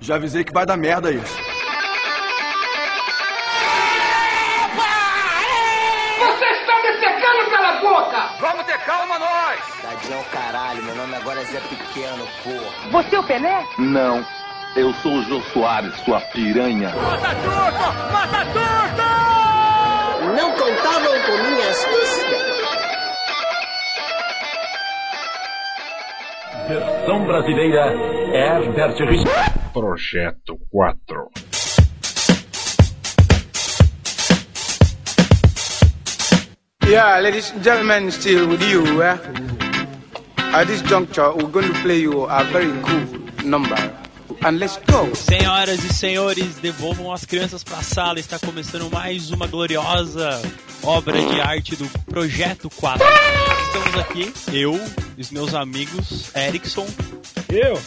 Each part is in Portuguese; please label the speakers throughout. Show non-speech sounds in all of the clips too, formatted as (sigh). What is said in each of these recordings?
Speaker 1: Já avisei que vai dar merda isso.
Speaker 2: Você está me secando pela boca!
Speaker 3: Vamos ter calma, nós!
Speaker 4: Tadinho é o caralho, meu nome agora é Zé Pequeno, porra.
Speaker 5: Você é o Pelé?
Speaker 6: Não. Eu sou o Jô Soares, sua piranha.
Speaker 3: Mata turco! Mata turco!
Speaker 4: Não contavam com minha astúcia.
Speaker 7: Versão brasileira Herbert Richard.
Speaker 6: Projeto 4.
Speaker 8: Yeah, ladies and gentlemen, still with you. Eh? At this juncture, we're going to play you a very cool number. And let's go.
Speaker 9: Senhoras e senhores, devolvam as crianças pra sala. Está começando mais uma gloriosa obra de arte do Projeto 4. Estamos aqui, eu, os meus amigos, Erickson. Eu.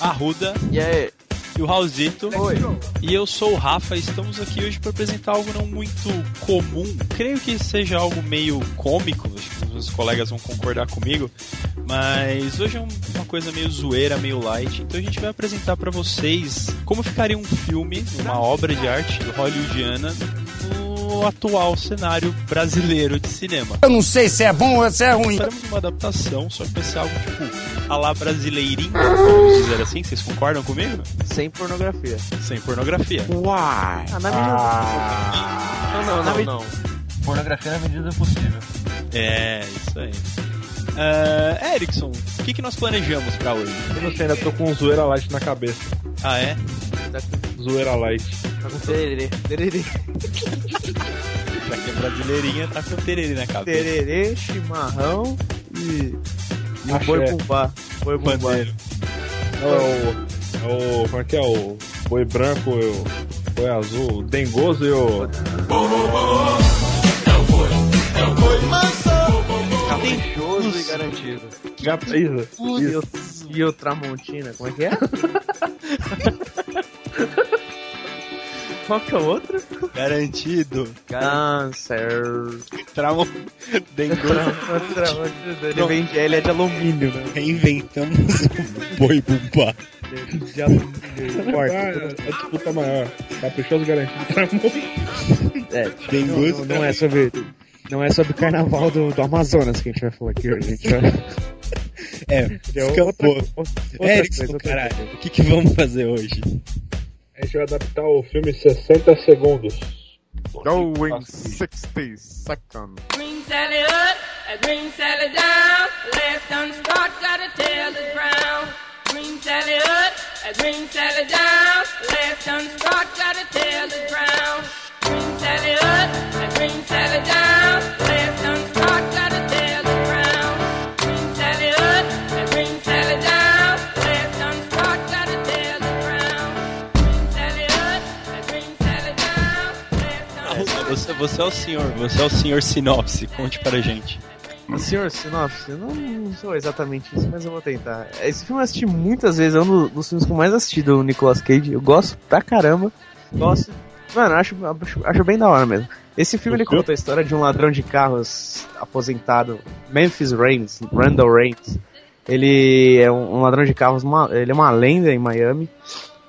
Speaker 9: Arruda. E E o Raulzito. Oi. E eu sou o Rafa. Estamos aqui hoje para apresentar algo não muito comum. Creio que seja algo meio cômico. Acho que os meus colegas vão concordar comigo. Mas hoje é um- uma coisa meio zoeira, meio light. Então a gente vai apresentar para vocês como ficaria um filme, uma obra de arte hollywoodiana no atual cenário brasileiro de cinema.
Speaker 10: Eu não sei se é bom ou se é ruim.
Speaker 9: Faremos uma adaptação, só que vai ser algo tipo a lá brasileirinho, vamos dizer assim, vocês concordam comigo?
Speaker 11: Sem pornografia.
Speaker 9: Sem pornografia.
Speaker 8: Why?
Speaker 11: Ah, na medida Não, não, não, não.
Speaker 7: Pornografia na medida do possível.
Speaker 9: É, isso aí. Ah, Erickson, o que, que nós planejamos pra hoje?
Speaker 11: Eu não sei, ainda tô com um zoeira light na cabeça. Tá
Speaker 9: Ah, é?
Speaker 11: Zoeira light. Tá com tererê. Tererê.
Speaker 9: Pra quem é brasileirinha, tá com tererê na cabeça.
Speaker 11: Tererê, chimarrão e. E um
Speaker 7: Axé.
Speaker 11: boi bumbá. Boi bumbá.
Speaker 9: Pandeiro.
Speaker 7: É o. É o. Como é que é? O boi branco, o boi azul, o dengoso e o.
Speaker 11: Caprichoso e garantido.
Speaker 7: Gata- Isso,
Speaker 11: E
Speaker 7: isso.
Speaker 11: o, e o Tramontina, como é que é? (laughs) Qual que é o outro?
Speaker 9: Garantido.
Speaker 11: Câncer.
Speaker 9: Tramo. Dengou.
Speaker 11: Tramontina. Ele, vem, ele é de alumínio, né?
Speaker 9: Reinventamos o um (laughs) boi bumbá.
Speaker 11: De alumínio.
Speaker 7: Ah, A disputa maior. Caprichoso garantido.
Speaker 11: É, não, não é sobre. Não é sobre o carnaval do, do Amazonas que a gente vai falar aqui hoje. A gente vai...
Speaker 9: É,
Speaker 11: é
Speaker 9: fica boa.
Speaker 11: outra coisa, outra
Speaker 9: o que, que vamos fazer hoje?
Speaker 7: A gente vai adaptar o filme 60 segundos.
Speaker 8: Going 60 seconds.
Speaker 2: Green Sally up, a green Sally down. Last done start, gotta tell the brown. Green Sally up, a green Sally down. Last done start, gotta tell the brown. Green Sally up, a green Sally down. Last done start, gotta tell the brown. Green Sally up, a green Sally down. Last done start, gotta tell the brown. Green Sally up, a green Sally down. Last done
Speaker 9: Você, você é o senhor, você é o senhor sinopse, conte para a gente.
Speaker 11: Senhor Sinopse, eu não sou exatamente isso, mas eu vou tentar. Esse filme eu assisti muitas vezes, é um do- dos filmes que eu mais assisti do Nicolas Cage. Eu gosto pra caramba. Gosto. Mano, eu acho, acho, acho bem da hora mesmo. Esse filme ele conta a história de um ladrão de carros aposentado, Memphis Reigns, Randall Reigns. Ele é um um ladrão de carros, uma- ele é uma lenda em Miami.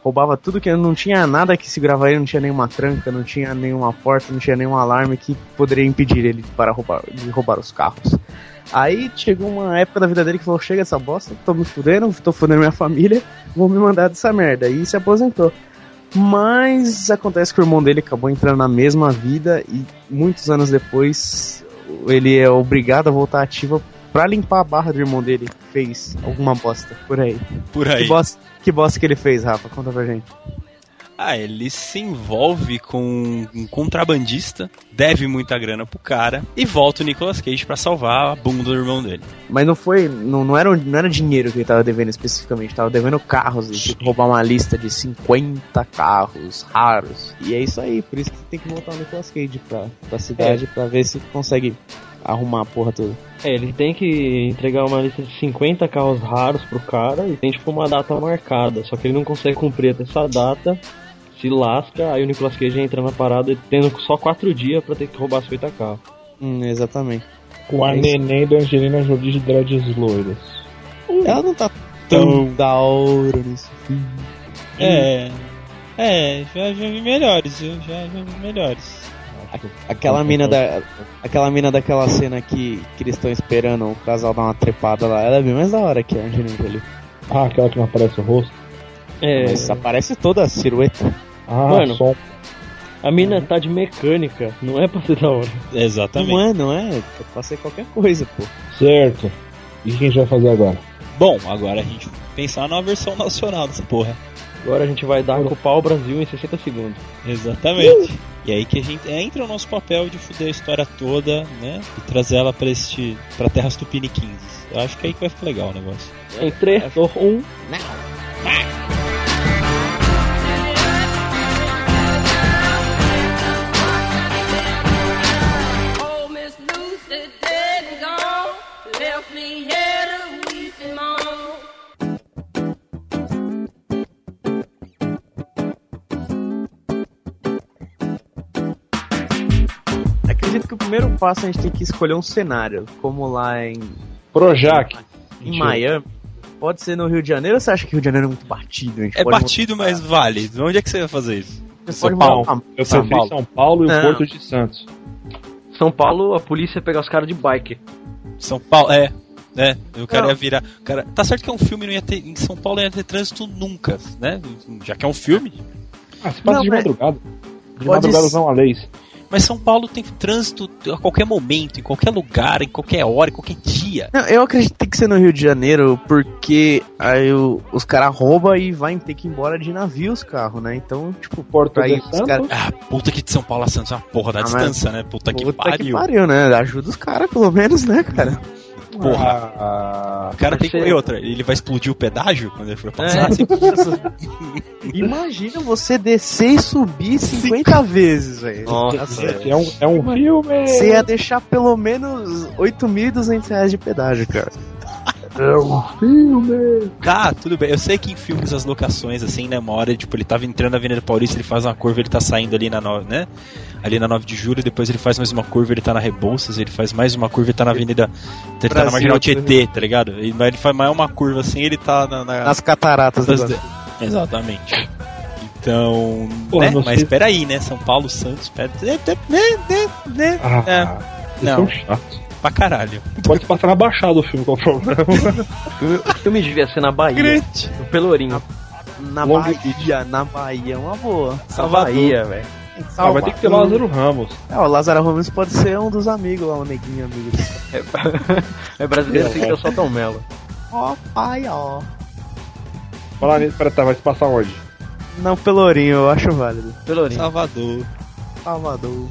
Speaker 11: Roubava tudo que não tinha nada que segurava ele, não tinha nenhuma tranca, não tinha nenhuma porta, não tinha nenhum alarme que poderia impedir ele para roubar, de roubar os carros. Aí chegou uma época da vida dele que falou: chega dessa bosta, tô me fudendo, tô fudendo minha família, vou me mandar dessa merda. E se aposentou. Mas acontece que o irmão dele acabou entrando na mesma vida e muitos anos depois ele é obrigado a voltar à ativa pra limpar a barra do irmão dele que fez alguma bosta por aí.
Speaker 9: Por
Speaker 11: Que
Speaker 9: aí.
Speaker 11: bosta, que bosta que ele fez, Rafa? Conta pra gente.
Speaker 9: Ah, ele se envolve com um contrabandista, deve muita grana pro cara e volta o Nicolas Cage pra salvar a bunda do irmão dele.
Speaker 11: Mas não foi. Não, não, era, não era dinheiro que ele tava devendo especificamente, tava devendo carros, ele tinha que roubar uma lista de 50 carros raros. E é isso aí, por isso que tem que voltar o Nicolas Cage pra, pra cidade pra ver se consegue arrumar a porra toda.
Speaker 10: É, ele tem que entregar uma lista de 50 carros raros pro cara e tem tipo uma data marcada, só que ele não consegue cumprir até essa data, se lasca, aí o Nicolas Cage entra na parada e tendo só 4 dias pra ter que roubar 50 carros.
Speaker 11: Hum, exatamente.
Speaker 7: Com a
Speaker 11: É isso.
Speaker 7: neném da Angelina Jolie de dreads loiras.
Speaker 11: Ela não tá tão da hora nesse filme.
Speaker 9: É. É, já, já vi melhores, viu? Já, já vi melhores.
Speaker 11: Aquela mina da. Aquela mina daquela cena que, que eles estão esperando o casal dar uma trepada lá, ela é bem mais da hora que a Angelina Jolie.
Speaker 12: Ah, aquela que não aparece o rosto.
Speaker 11: É. Mas aparece toda a silhueta.
Speaker 12: Ah,
Speaker 11: Mano,
Speaker 12: som.
Speaker 7: A mina tá de mecânica, não é pra ser da hora.
Speaker 9: Exatamente.
Speaker 11: Não é, não é? É pra ser qualquer coisa, pô.
Speaker 12: Certo. E o que a gente vai fazer agora?
Speaker 9: Bom, agora a gente pensar na versão (laughs) nacional dessa porra.
Speaker 7: Agora a gente vai dar com o pau ao Brasil em 60 segundos.
Speaker 9: Exatamente. E aí que a gente é, entra o nosso papel de fuder a história toda, né? E trazer ela pra este. pra terras tupiniquins. Eu acho que é aí que vai ficar legal o negócio.
Speaker 7: Em 3, 2, 1.
Speaker 2: Old Oh, Miss Lucy dead and gone, left me here to weep and moan.
Speaker 11: Acredito que o primeiro passo a gente tem que escolher um cenário, como lá em.
Speaker 13: Projac.
Speaker 11: Em Miami. Pode ser no Rio de Janeiro ou você acha que o Rio de Janeiro é muito batido? A gente
Speaker 9: É
Speaker 11: pode
Speaker 9: batido, mas vale. Onde é que você vai fazer isso?
Speaker 11: Você São pode Paulo. mandar pra-
Speaker 13: Eu prefiro São Paulo. São Paulo e o Não. Porto de
Speaker 7: Santos. São Paulo, a polícia pega os caras de bike.
Speaker 9: São Paulo, é. É, o cara
Speaker 7: Não.
Speaker 9: ia virar. o Cara, tá certo que é um filme, não ia ter, em São Paulo não ia ter trânsito nunca, né? Já que é um filme.
Speaker 12: Ah, se passa
Speaker 9: Não,
Speaker 12: de
Speaker 9: mas-
Speaker 12: madrugada. De
Speaker 9: Pode
Speaker 12: madrugada
Speaker 9: ser.
Speaker 12: não há leis.
Speaker 9: Mas São Paulo tem trânsito a qualquer momento, em qualquer lugar, em qualquer hora, em qualquer dia.
Speaker 11: Não, eu acredito que tem que ser no Rio de Janeiro, porque aí o- os caras roubam e vai ter que ir embora de navio os carros, né? Então, tipo, Porto aí os caras.
Speaker 9: Ah, puta que de São Paulo a Santos é uma porra da
Speaker 11: Ah, mas-
Speaker 9: distância, né? Puta, que
Speaker 11: Puta
Speaker 9: pariu.
Speaker 11: que pariu, né? Ajuda os caras, pelo menos, né,
Speaker 12: (laughs)
Speaker 11: cara?
Speaker 9: Porra.
Speaker 11: Ah,
Speaker 9: o cara tem que. E outra, ele vai explodir o pedágio quando ele for
Speaker 11: É.
Speaker 9: passar? assim?
Speaker 11: Imagina você descer e subir 50 vezes, velho.
Speaker 9: Nossa,
Speaker 12: É um, é um filme.
Speaker 11: Você ia deixar pelo menos 8.200 reais de pedágio, cara.
Speaker 12: É um filme.
Speaker 9: Tá, tudo bem. Eu sei que em filmes as locações, assim, né? Uma hora, tipo, ele tava entrando na Avenida Paulista, ele faz uma curva, ele tá saindo ali na 9, né? Ali na 9 de julho, depois ele faz mais uma curva, ele tá na Rebouças, ele faz mais uma curva, ele tá na Avenida. Ele tá na
Speaker 11: Brasil,
Speaker 9: Marginal
Speaker 11: né?
Speaker 9: Tietê, tá ligado? Ele, mas ele faz mais uma curva assim, ele tá na. na-
Speaker 11: Nas cataratas do
Speaker 9: Nas-
Speaker 11: Iguaçu.
Speaker 9: Exatamente. Então.
Speaker 11: Porra,
Speaker 9: né?
Speaker 11: não
Speaker 9: Mas
Speaker 11: sei.
Speaker 9: peraí, né? São Paulo, Santos, pera. Né, né, né,
Speaker 12: Ah,
Speaker 9: é.
Speaker 12: Não.
Speaker 9: Não, pra caralho.
Speaker 12: Pode se passar na baixada o filme, qual é o problema?
Speaker 7: O filme devia ser na Bahia.
Speaker 9: Grande.
Speaker 7: No Pelourinho.
Speaker 11: Na
Speaker 7: Long
Speaker 11: Bahia, na Bahia é uma boa.
Speaker 7: Salvador.
Speaker 11: Bahia, velho.
Speaker 7: Ah,
Speaker 11: Tem que
Speaker 7: vai
Speaker 11: salvar.
Speaker 7: ter que ter Lázaro
Speaker 12: Ramos.
Speaker 11: É, o Lázaro Ramos pode ser um dos amigos lá, o neguinho amigo.
Speaker 7: É brasileiro,
Speaker 11: É,
Speaker 7: tem que
Speaker 11: é.
Speaker 7: ter só Tom Mello.
Speaker 11: Ó, pai, ó.
Speaker 12: Falar nisso, pera, tá, vai se passar onde?
Speaker 11: Não, Pelourinho, eu acho válido.
Speaker 7: Pelourinho.
Speaker 9: Salvador.
Speaker 11: Salvador.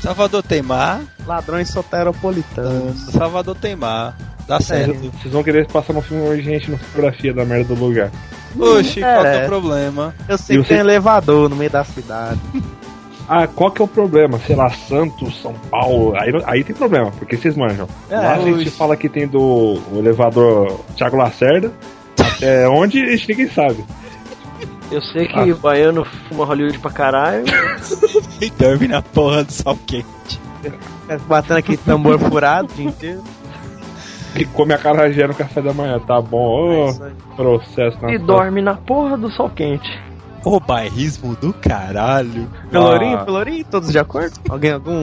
Speaker 9: Salvador tem mar.
Speaker 11: Ladrões soteropolitanos.
Speaker 9: Salvador tem mar. Dá certo.
Speaker 12: Vocês vão querer passar um filme onde a gente não fotografia da merda do lugar.
Speaker 9: Oxi, qual que é
Speaker 11: É.
Speaker 9: o problema?
Speaker 11: Eu sei
Speaker 12: E
Speaker 11: que
Speaker 12: você-
Speaker 11: tem elevador no meio da cidade.
Speaker 12: Ah, qual que é o problema? Sei lá, Santos, São Paulo. Aí, aí tem problema, porque vocês manjam.
Speaker 11: É,
Speaker 12: Lá a gente fala que tem do o elevador Thiago Lacerda. Até (laughs) onde a gente ninguém sabe.
Speaker 7: Eu sei que
Speaker 11: Ah.
Speaker 7: o baiano fuma Hollywood pra caralho.
Speaker 9: E dorme na porra do sal quente.
Speaker 11: Fica Batendo aquele tambor furado o dia inteiro.
Speaker 12: E come a carajé no café da manhã, tá
Speaker 11: É
Speaker 12: bom? Ô, processo na
Speaker 7: É E
Speaker 12: sua-
Speaker 7: dorme na porra do sol quente.
Speaker 9: Ô bairrismo do caralho.
Speaker 11: Pelourinho,
Speaker 9: Ah.
Speaker 11: Pelourinho, todos de acordo?
Speaker 7: (laughs)
Speaker 11: Alguém, algum.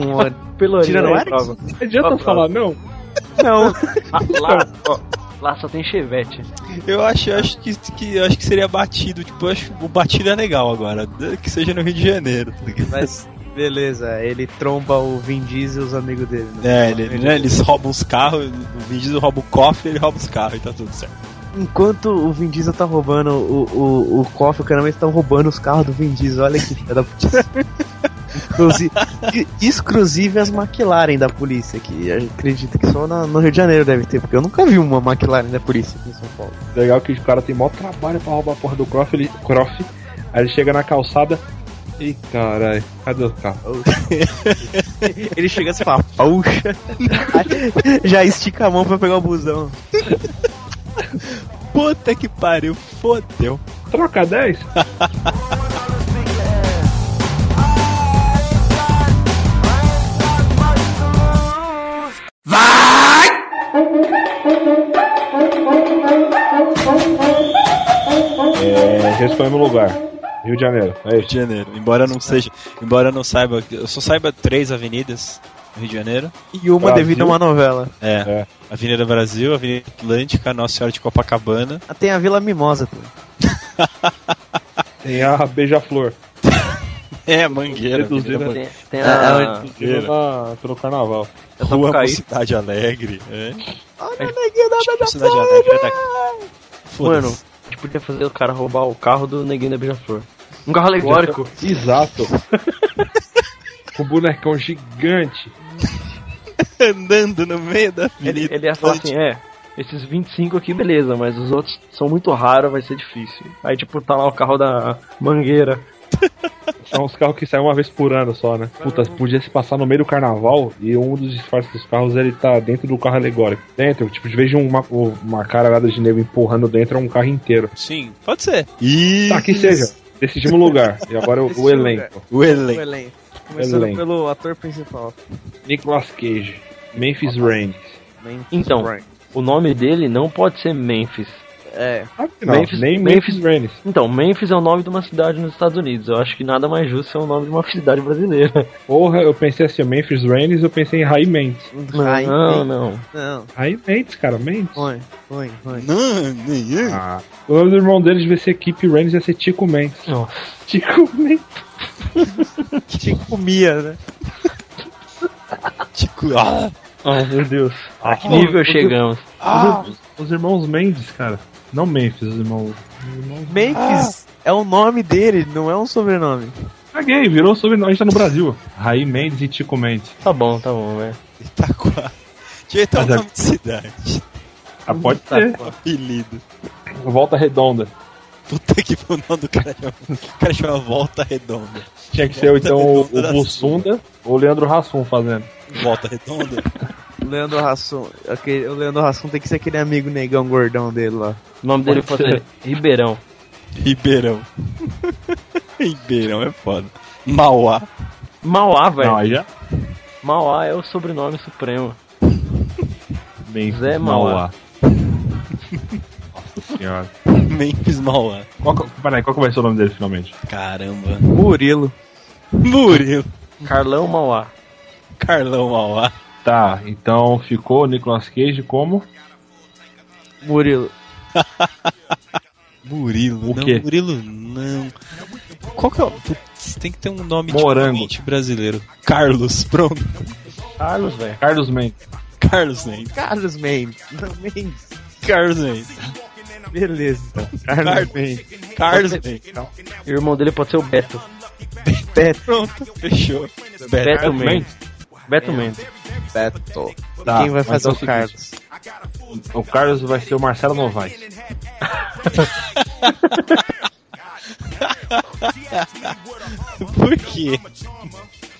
Speaker 7: Pelourinho,
Speaker 11: Tirando o
Speaker 7: aí,
Speaker 11: Eric?
Speaker 7: prova.
Speaker 12: Não adianta
Speaker 7: tá.
Speaker 12: falar, não.
Speaker 11: Não.
Speaker 7: Ah, lá, ó, lá só tem chevette.
Speaker 9: Eu acho, eu acho que, que eu acho que seria batido, tipo, eu acho o batido é legal agora, que seja no Rio de Janeiro. tá ligado?
Speaker 11: Mas, beleza, ele tromba o Vin Diesel e os amigos dele. Né?
Speaker 9: É, ele- né, eles roubam os carros, o Vin Diesel rouba o cofre, ele rouba os carros e tá tudo certo.
Speaker 11: Enquanto o Vin Diesel tá roubando o, o, o cofre, o caramba, eles estão roubando os carros do Vin Diesel. Olha que filha da puta. Inclusive, exclusive as McLaren da polícia, que eu acredito que só na- no Rio de Janeiro deve ter, porque eu nunca vi uma McLaren da polícia aqui em São Paulo.
Speaker 12: Legal que o cara tem maior trabalho pra roubar a porra do Croft, ele, Croft aí ele chega na calçada. Ih, caralho, cadê o carro?
Speaker 11: Ele chega assim e fala, poxa, Aí (laughs) já estica a mão pra pegar o busão.
Speaker 9: Puta que pariu, fodeu.
Speaker 12: Troca 10?
Speaker 13: É, Esse foi o meu lugar. Rio de Janeiro. É Rio
Speaker 9: de Janeiro. Embora não seja. Embora não saiba. Eu só saiba três avenidas no Rio de Janeiro.
Speaker 11: E uma Brasil. devido a uma novela.
Speaker 9: É. é. Avenida Brasil, Avenida Atlântica, Nossa Senhora de Copacabana.
Speaker 11: Ah, tem a Vila Mimosa, pô.
Speaker 13: tem a Beija-Flor.
Speaker 9: É, Mangueira.
Speaker 11: Reduzida. Tem, tem a...
Speaker 13: Ah, pelo carnaval.
Speaker 9: Eu Rua Mocidade Alegre. É.
Speaker 11: Olha a neguinha da Beija-Flor. Alegre é daqui.
Speaker 7: Mano, a gente podia fazer o cara roubar o carro do neguinho da Beija-Flor. Um carro alegórico.
Speaker 13: Exato. Com um bonecão gigante.
Speaker 9: Andando no meio da
Speaker 7: ele, ele ia falar assim, é... Esses 25 aqui, beleza, mas os outros são muito raros, vai ser difícil. Aí, tipo, tá lá o carro da Mangueira.
Speaker 13: São os É carros que saem uma vez por ano só, né? Puta, podia se passar no meio do carnaval e um dos disfarces dos carros ele tá dentro do carro alegórico. Dentro, tipo, de vez de uma, uma caralhada de nego empurrando dentro é um carro inteiro.
Speaker 9: Sim, pode ser.
Speaker 13: Isso. Tá, que seja. Decidimos o lugar. E agora o, o elenco.
Speaker 9: o elenco.
Speaker 11: O elenco. Começando elenco. pelo ator principal.
Speaker 13: Nicolas Cage. Memphis ah, Reigns.
Speaker 7: Memphis então, Reigns. o nome dele não pode ser Memphis.
Speaker 11: É.
Speaker 13: Não, Memphis, nem Memphis, Memphis Rennes.
Speaker 7: Então, Memphis é o nome de uma cidade nos Estados Unidos. Eu acho que nada mais justo é o nome de uma cidade brasileira.
Speaker 13: Porra, eu pensei assim, Memphis Rennes, eu pensei em Ray Mendes.
Speaker 7: Não, não, não.
Speaker 11: não.
Speaker 13: Ray Mendes, cara, Mendes.
Speaker 11: Oi, oi, oi.
Speaker 9: Não, nem eu. Ah,
Speaker 13: o nome do irmão dele devia ser Keep Rennes, ia ser Tico Mendes.
Speaker 7: Nossa.
Speaker 13: Tico Mendes.
Speaker 11: Tico Mia, né?
Speaker 9: Tico... Ah.
Speaker 7: Oh, meu Deus. Ah, a que nível chegamos?
Speaker 13: Ah. Os irmãos Mendes, cara. Não Memphis, os irmãos. Os irmãos...
Speaker 11: Memphis ah. é o nome dele, não é um sobrenome.
Speaker 13: Caguei, virou sobrenome. A gente tá no Brasil. Raí Mendes e Tico Mendes.
Speaker 7: Tá bom, tá bom, velho.
Speaker 9: Itaquá. Tinha até o nome de cidade.
Speaker 13: Ah, pode ser.
Speaker 9: Apelido.
Speaker 13: Volta Redonda.
Speaker 9: Puta que o nome do cara chama, o cara chama Volta Redonda.
Speaker 13: Tinha que ser, então, o, o Bussunda ou o Leandro Rassum fazendo.
Speaker 9: Volta Redonda?
Speaker 11: Leandro Hassum. Aquele, o Leandro Hassum tem que ser aquele amigo negão gordão dele lá.
Speaker 7: O nome dele pode ser Ribeirão.
Speaker 9: Ribeirão. (laughs) Ribeirão é foda. Mauá.
Speaker 7: Mauá, velho.
Speaker 13: Mauá já?
Speaker 7: Mauá é o sobrenome supremo.
Speaker 13: Bem,
Speaker 7: Zé Mauá.
Speaker 13: Mauá. Nossa senhora.
Speaker 9: Memphis Mauá.
Speaker 13: Qual, peraí, qual que vai ser o nome dele finalmente?
Speaker 9: Caramba.
Speaker 11: Murilo.
Speaker 9: Murilo.
Speaker 7: Carlão Mauá.
Speaker 9: Carlão Mauá.
Speaker 13: Tá, então ficou o Nicolas Cage como?
Speaker 11: Murilo.
Speaker 9: Murilo,
Speaker 13: o
Speaker 9: não,
Speaker 13: quê?
Speaker 9: Murilo não. Qual que é o. Putz, tem que ter um nome
Speaker 13: Morango.
Speaker 9: brasileiro. Carlos, pronto.
Speaker 7: Carlos, velho.
Speaker 13: Carlos Mendes.
Speaker 9: Carlos Mendes.
Speaker 11: Carlos Mendes. Não, Mendes.
Speaker 9: Carlos Mendes.
Speaker 11: Beleza. então. Carlos Mendes.
Speaker 9: Carlos Mendes.
Speaker 7: O irmão dele pode ser o Beto.
Speaker 11: Beto.
Speaker 9: Pronto, fechou.
Speaker 7: Beto, Beto Mendes. Beto Mendes.
Speaker 11: Beto. Tá, Quem vai fazer
Speaker 7: é
Speaker 11: o Carlos?
Speaker 13: O Carlos vai ser o Marcelo Novaes.
Speaker 9: Por quê?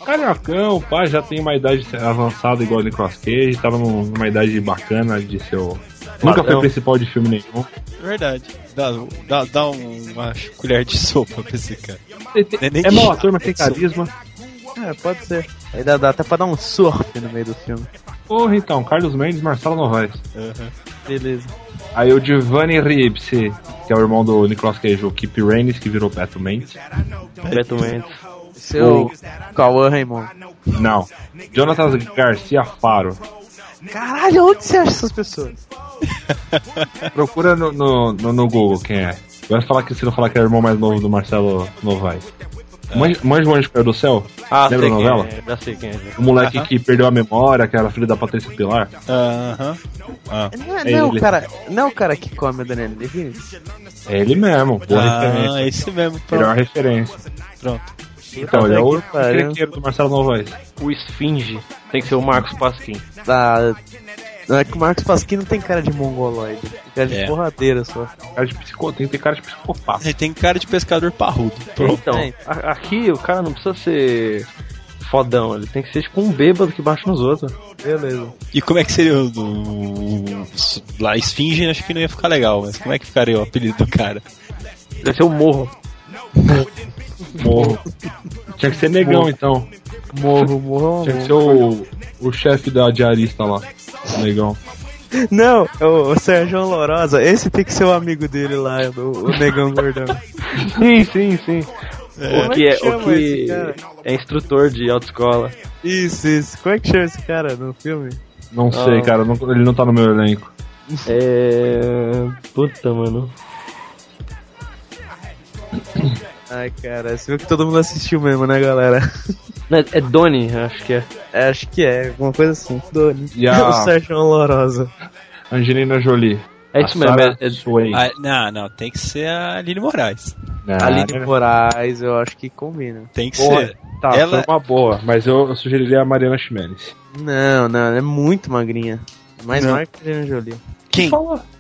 Speaker 13: Cariocão, pá, já tem uma idade avançada igual o Nicolas Cage, tava numa idade bacana de seu. Nunca foi principal de filme nenhum.
Speaker 9: É Verdade. Dá, dá, dá um, uma colher de sopa pra esse cara.
Speaker 13: é, é, é mau ator, mas tem carisma.
Speaker 11: É, pode ser. Aí dá, dá até pra dar um surf no meio do filme.
Speaker 13: Porra, então, Carlos Mendes, Marcelo Novaes.
Speaker 9: Uhum.
Speaker 11: Beleza.
Speaker 13: Aí o Giovanni Ripsi, que é o irmão do Nicolas Cage, o Keep Raines, que virou Beto Mendes.
Speaker 7: Beto Mendes.
Speaker 11: Seu o... Cauã Raymond.
Speaker 13: Não. Jonathan Garcia Faro.
Speaker 11: Caralho, onde você acha essas pessoas?
Speaker 13: Procura no, no, no, no Google quem é. Vai falar que se não falar que é o irmão mais novo do Marcelo Novaes. Manja o Anjo Caiu do Céu?
Speaker 7: Ah,
Speaker 13: Lembra
Speaker 7: sei
Speaker 13: a novela?
Speaker 7: Quem é, já sei quem é.
Speaker 13: O moleque uh -huh. que perdeu a memória, que era filho da Patrícia Pilar.
Speaker 9: Aham.
Speaker 11: Uh -huh. ah. Não, é, não, ele. cara, não é o cara que come o Daniel Levine?
Speaker 13: É ele mesmo, boa
Speaker 9: ah,
Speaker 13: referência.
Speaker 9: Ah, esse mesmo,
Speaker 13: pronto. Melhor referência.
Speaker 9: Pronto.
Speaker 13: Então, ele é o crequeiro do Marcelo Novaes.
Speaker 7: O Esfinge tem que ser o Marcos Pasquim.
Speaker 11: Ah, é que o Marcos Pasquim não tem cara de mongoloide. Tem cara de
Speaker 9: É.
Speaker 11: porradeira só.
Speaker 13: Cara de psico... Tem que ter cara
Speaker 9: (laughs)
Speaker 13: de psicopata.
Speaker 9: Ele tem cara de pescador parrudo. Pronto.
Speaker 7: Então, a- aqui o cara não precisa ser fodão, ele tem que ser tipo um bêbado que bate nos outros.
Speaker 11: Beleza.
Speaker 9: E como é que seria o do. Lá, Esfinge, acho que não ia ficar legal, mas como é que ficaria o apelido do cara?
Speaker 7: Deve ser o Morro.
Speaker 13: Morro. Tinha que ser negão, então.
Speaker 11: Morro, morro.
Speaker 13: Tinha que ser o, o chefe da diarista lá. Negão.
Speaker 11: Não, é o, o Sérgio Lorosa. Esse tem que ser o amigo dele lá, o, o negão gordão.
Speaker 13: sim, sim, sim.
Speaker 7: É. O que, é, o que é instrutor de autoescola.
Speaker 11: Isso, isso. Como é que chama esse cara no filme?
Speaker 13: Não ah. sei, cara. Não, ele não tá no meu elenco.
Speaker 7: É. Puta, mano.
Speaker 11: Ai, cara, você viu que todo mundo assistiu mesmo, né, galera? (laughs)
Speaker 7: É, é Doni, acho que é.
Speaker 11: é. Acho que é, alguma coisa assim. Doni.
Speaker 13: E a...
Speaker 11: (laughs) o Sérgio Lorosa.
Speaker 13: Angelina Jolie.
Speaker 7: É isso mesmo. É,
Speaker 9: é, a, não, não, tem que ser a Aline Moraes.
Speaker 13: É,
Speaker 11: Não, a
Speaker 9: é
Speaker 11: Aline não. Moraes, eu acho que combina. (laughs)
Speaker 9: Tem que Porra, ser.
Speaker 13: Tá, ela... foi uma boa, mas eu, eu sugeriria a Mariana Ximenes.
Speaker 11: Não, não, ela é muito magrinha. Mais não. magra que a Angelina Jolie.
Speaker 9: Quem?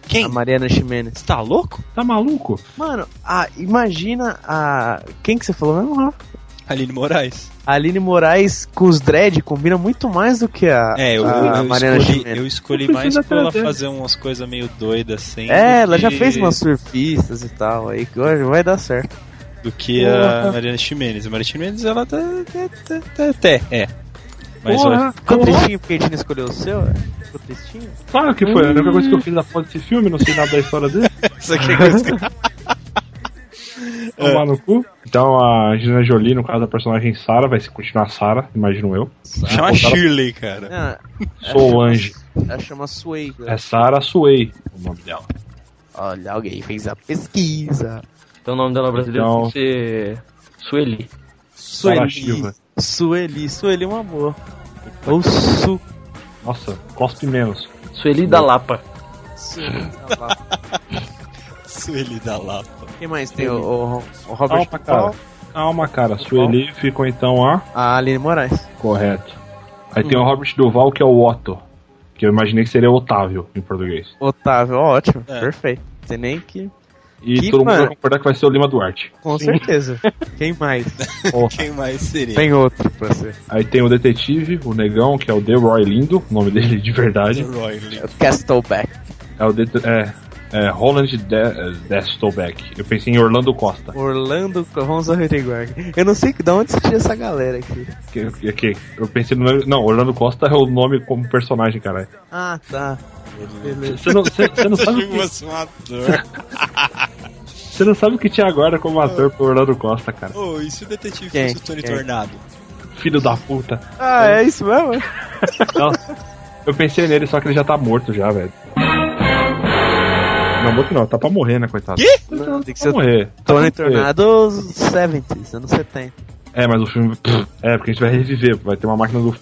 Speaker 9: Quem?
Speaker 11: A Mariana Ximenes.
Speaker 9: Tá louco?
Speaker 13: Tá maluco?
Speaker 11: Mano, a, imagina a... Quem que você falou mesmo, Rafa?
Speaker 9: Aline Moraes.
Speaker 11: A Aline Moraes com os dread combina muito mais do que a,
Speaker 9: é, eu,
Speaker 11: a
Speaker 9: eu Mariana escolhi, Chimera. Eu escolhi mais pra ela fazer umas coisas meio doidas assim.
Speaker 11: É, ela que... já fez umas surfistas e tal, aí vai dar certo.
Speaker 9: Do que Porra. a Mariana Ximenes. A Mariana Ximenes, ela tá. tá, tá, tá é.
Speaker 11: Mas Porra, ela... ficou tristinho porque a gente não escolheu o seu? Ficou tristinho?
Speaker 13: Claro que foi, hum. a única coisa que eu fiz na foto desse filme, não sei nada da história dele.
Speaker 9: Isso aqui é coisa que...
Speaker 13: Tomar é. no cu. Então a Angelina Jolie, no caso da personagem é Sarah, vai se continuar Sarah, imagino eu.
Speaker 9: Sarah. Chama Shirley, cara.
Speaker 13: É, Solange.
Speaker 11: Ela chama Sway.
Speaker 13: É Sarah Sway o nome dela.
Speaker 11: Olha, alguém fez a pesquisa.
Speaker 7: Então o nome dela brasileiro então... tem que ser Sueli.
Speaker 11: Sueli. Sueli, Sueli é um amor. Ou Su.
Speaker 13: Nossa, cospe menos.
Speaker 7: Sueli da Lapa.
Speaker 11: Sueli (laughs) da Lapa.
Speaker 9: Sueli da Lapa.
Speaker 11: Quem mais tem? O, o, o Robert
Speaker 13: Calma, cara. Calma, cara. Sueli ficou então a.
Speaker 11: A Ah, Aline Moraes.
Speaker 13: Correto. Aí hum. tem o Robert Duval, que é o Otto. Que eu imaginei que seria Otávio em português.
Speaker 11: Otávio, ótimo. É. Perfeito. Tem nem que.
Speaker 13: E que todo mano. mundo vai concordar que vai ser o Lima Duarte.
Speaker 11: Com Sim. certeza. (laughs) Quem mais?
Speaker 9: Oh. Quem mais seria?
Speaker 11: Tem outro pra ser.
Speaker 13: Aí tem o detetive, o negão, que é o The Roy Lindo, o nome dele (laughs) de verdade. The Roy
Speaker 11: Lindo. Castleback.
Speaker 13: É o, det é, é, Roland De Destleback. Eu pensei em Orlando Costa.
Speaker 11: Orlando, vamos averiguar. Eu não sei de onde surgiu essa galera aqui.
Speaker 13: Que, que, que, eu pensei no. Não, Orlando Costa é o nome como personagem, caralho.
Speaker 11: Ah, tá.
Speaker 13: Você não, cê, cê não sabe. Você um ator. Você não sabe o que tinha agora como ator pro Orlando Costa, cara.
Speaker 9: Ô, oh, e se o detetive Quem? fosse o Tony Quem? Tornado?
Speaker 13: Filho da puta.
Speaker 11: Ah, é, é isso mesmo?
Speaker 13: Nossa, eu pensei nele, só que ele já tá morto já, velho. Não, morto não, tá pra morrer, né, coitado?
Speaker 9: Que?
Speaker 13: Não, não, tem que ser morrer.
Speaker 11: Tony tá Tornado 70s, anos 70.
Speaker 13: É, mas o filme. É, porque a gente vai reviver, vai ter uma máquina do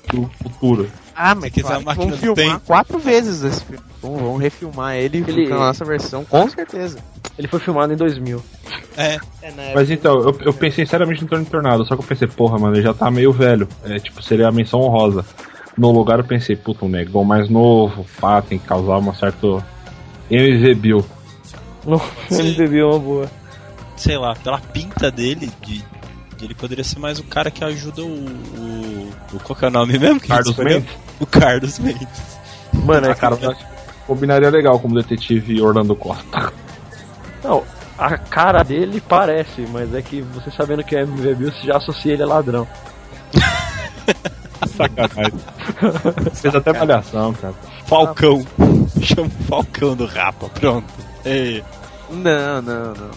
Speaker 13: futuro.
Speaker 11: Ah, mas que claro, vão filmar tempo. quatro vezes esse filme. Vão, vão refilmar ele, ele... na nossa versão, com certeza.
Speaker 7: Ele foi filmado em 2000.
Speaker 9: É.
Speaker 13: é
Speaker 11: né?
Speaker 7: (laughs)
Speaker 13: mas então, eu, eu pensei seriamente no Tony Tornado, só que eu pensei, porra, mano, ele já tá meio velho. É, tipo, seria a menção honrosa. No lugar eu pensei, puta, um negão mais novo, pá, tem que causar uma certa MV Bill.
Speaker 7: MV Bill é uma boa.
Speaker 9: Sei lá, pela pinta dele, de, de, ele poderia ser mais o cara que ajuda o. o, o qual que é o nome mesmo? Que
Speaker 13: Carlos Mendes?
Speaker 9: O Carlos Mendes.
Speaker 13: Mano, é cara, que... combinaria legal como detetive Orlando Costa.
Speaker 7: Não, a cara dele parece, mas é que você sabendo que é MV Bill, você já associa ele a ladrão.
Speaker 13: Sacanagem. Fez até palhação, cara.
Speaker 9: Falcão. Chama o Falcão do Rapa, pronto. É. Ei.
Speaker 11: Não, não, não.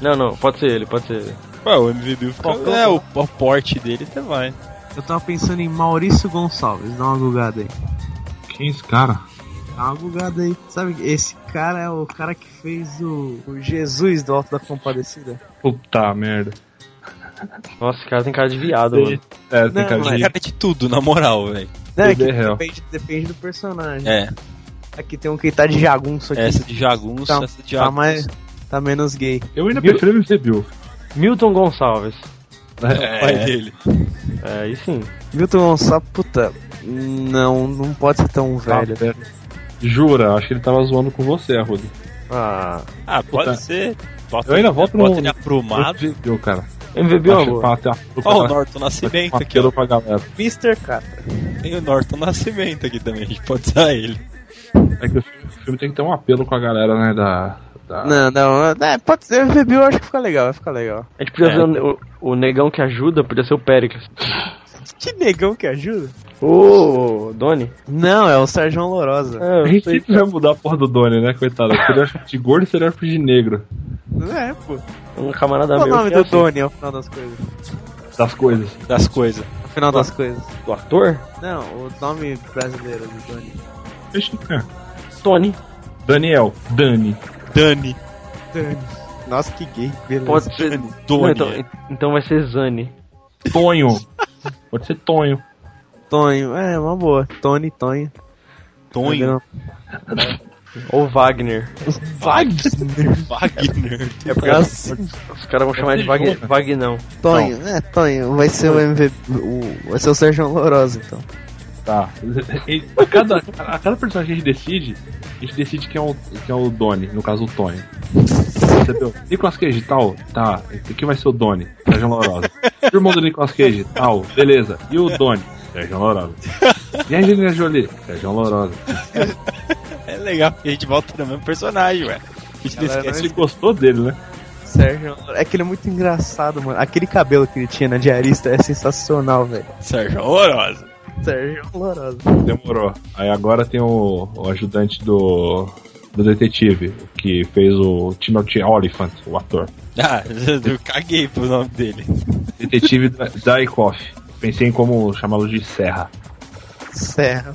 Speaker 7: Não, não, pode ser ele, pode ser ele.
Speaker 9: Ué, o MVB fica... Falcão, é, o, o porte dele até vai.
Speaker 11: Eu tava pensando em Maurício Gonçalves, dá uma gugada aí.
Speaker 13: Quem é esse cara?
Speaker 11: Dá uma gugada aí. Sabe, esse cara é o cara que fez o, o Jesus do Alto da Compadecida.
Speaker 13: Puta merda.
Speaker 7: Nossa, esse cara tem cara de viado, mano.
Speaker 13: É, tem não, cara de... Mas...
Speaker 9: cara de tudo, na moral, velho.
Speaker 11: É, depende, depende do personagem.
Speaker 9: É.
Speaker 11: Aqui tem um que tá de jagunço aqui.
Speaker 9: Essa de jagunço,
Speaker 11: tá,
Speaker 9: essa de jagunço. Tá,
Speaker 11: mais, tá menos gay.
Speaker 13: Eu ainda Mil... prefiro MC Bill.
Speaker 7: Milton Gonçalves.
Speaker 9: É, o pai dele.
Speaker 7: É, e sim.
Speaker 11: Milton Gonçalves, puta, não, não pode ser tão
Speaker 13: Tá.
Speaker 11: velho. Ah,
Speaker 13: Jura, acho que ele tava zoando com você, Arruda.
Speaker 9: Ah, ah pode puta. ser.
Speaker 13: Bota, eu ainda volto no...
Speaker 9: Bota ele aprumado.
Speaker 13: MVB, cara.
Speaker 7: MVB, amor.
Speaker 13: assim,
Speaker 9: Ó, o Norton Nascimento aqui. Ó.
Speaker 13: Pra galera.
Speaker 11: Mr. Catra.
Speaker 9: Tem o Norton Nascimento aqui também, a gente pode usar ele.
Speaker 13: É que o filme tem que ter um apelo com a galera, né, da...
Speaker 11: Não,
Speaker 13: da...
Speaker 11: não, é, pode ser, MVB eu acho que fica legal, vai ficar legal.
Speaker 7: A gente podia é. ver o, o, negão que ajuda, podia ser o Péricles.
Speaker 11: que negão que ajuda?
Speaker 7: Ô, oh, Doni?
Speaker 11: Não, é o Sérgio Lourosa.
Speaker 13: É, a
Speaker 7: (laughs)
Speaker 13: gente sempre vai mudar a porra do Doni, né, coitado? Estereótipo de gordo e estereótipo de negro.
Speaker 11: É, pô.
Speaker 7: Um camarada
Speaker 11: Qual o
Speaker 7: meu.
Speaker 11: nome
Speaker 7: que é
Speaker 11: do
Speaker 7: assim.
Speaker 11: Doni ao final das coisas?
Speaker 13: Das coisas.
Speaker 9: Das coisas.
Speaker 11: Ao final das coisas.
Speaker 7: Do ator?
Speaker 11: Não, o nome brasileiro do Doni.
Speaker 13: Deixa eu ver.
Speaker 7: Tony.
Speaker 13: Daniel. Dani.
Speaker 9: Dani.
Speaker 11: Dani. Nossa, que gay. Beleza.
Speaker 7: Pode ser. Não,
Speaker 9: Doni.
Speaker 7: então, então vai ser Zane.
Speaker 13: Tonho. Pode ser Tonho.
Speaker 11: Tonho. É, uma boa. Tony, Tonho.
Speaker 9: Tonho.
Speaker 7: Ou Wagner.
Speaker 11: Wagner.
Speaker 9: Wagner.
Speaker 7: É porque
Speaker 11: Nossa.
Speaker 7: os caras vão chamar de Wagner. Vagnão.
Speaker 11: Tonho, é, Tonho. Vai ser o MVP. O, vai ser o Sérgio Lourosa, então.
Speaker 13: (laughs) Tá. E A cada, a cada personagem que a gente decide, a gente decide quem é o, quem é o Doni, no caso o Tonho. Entendeu? Nicolas Cage, tal, tá. Esse aqui vai ser o Doni, Sérgio Lourosa. O irmão do Nicolas Cage, tal, beleza. E o Doni, Sérgio Lourosa. E a Angelina Jolie, Sérgio Lourosa.
Speaker 9: É legal, porque a gente volta no mesmo personagem, ué. A gente não
Speaker 11: Galera,
Speaker 9: esquece
Speaker 13: Ele gostou dele, né?
Speaker 11: Sérgio Lourosa. É que ele é muito engraçado, mano. Aquele cabelo que ele tinha na diarista é sensacional, velho.
Speaker 9: Sérgio Horrorosa.
Speaker 11: Sérgio Lourosa.
Speaker 13: Demorou. Aí agora tem o, o ajudante do, do detetive, que fez o Timothy Oliphant, o ator.
Speaker 9: Ah, eu caguei pro nome dele.
Speaker 13: Detetive Dra- Drykoff. Pensei em como chamá-lo de Serra.
Speaker 11: Serra.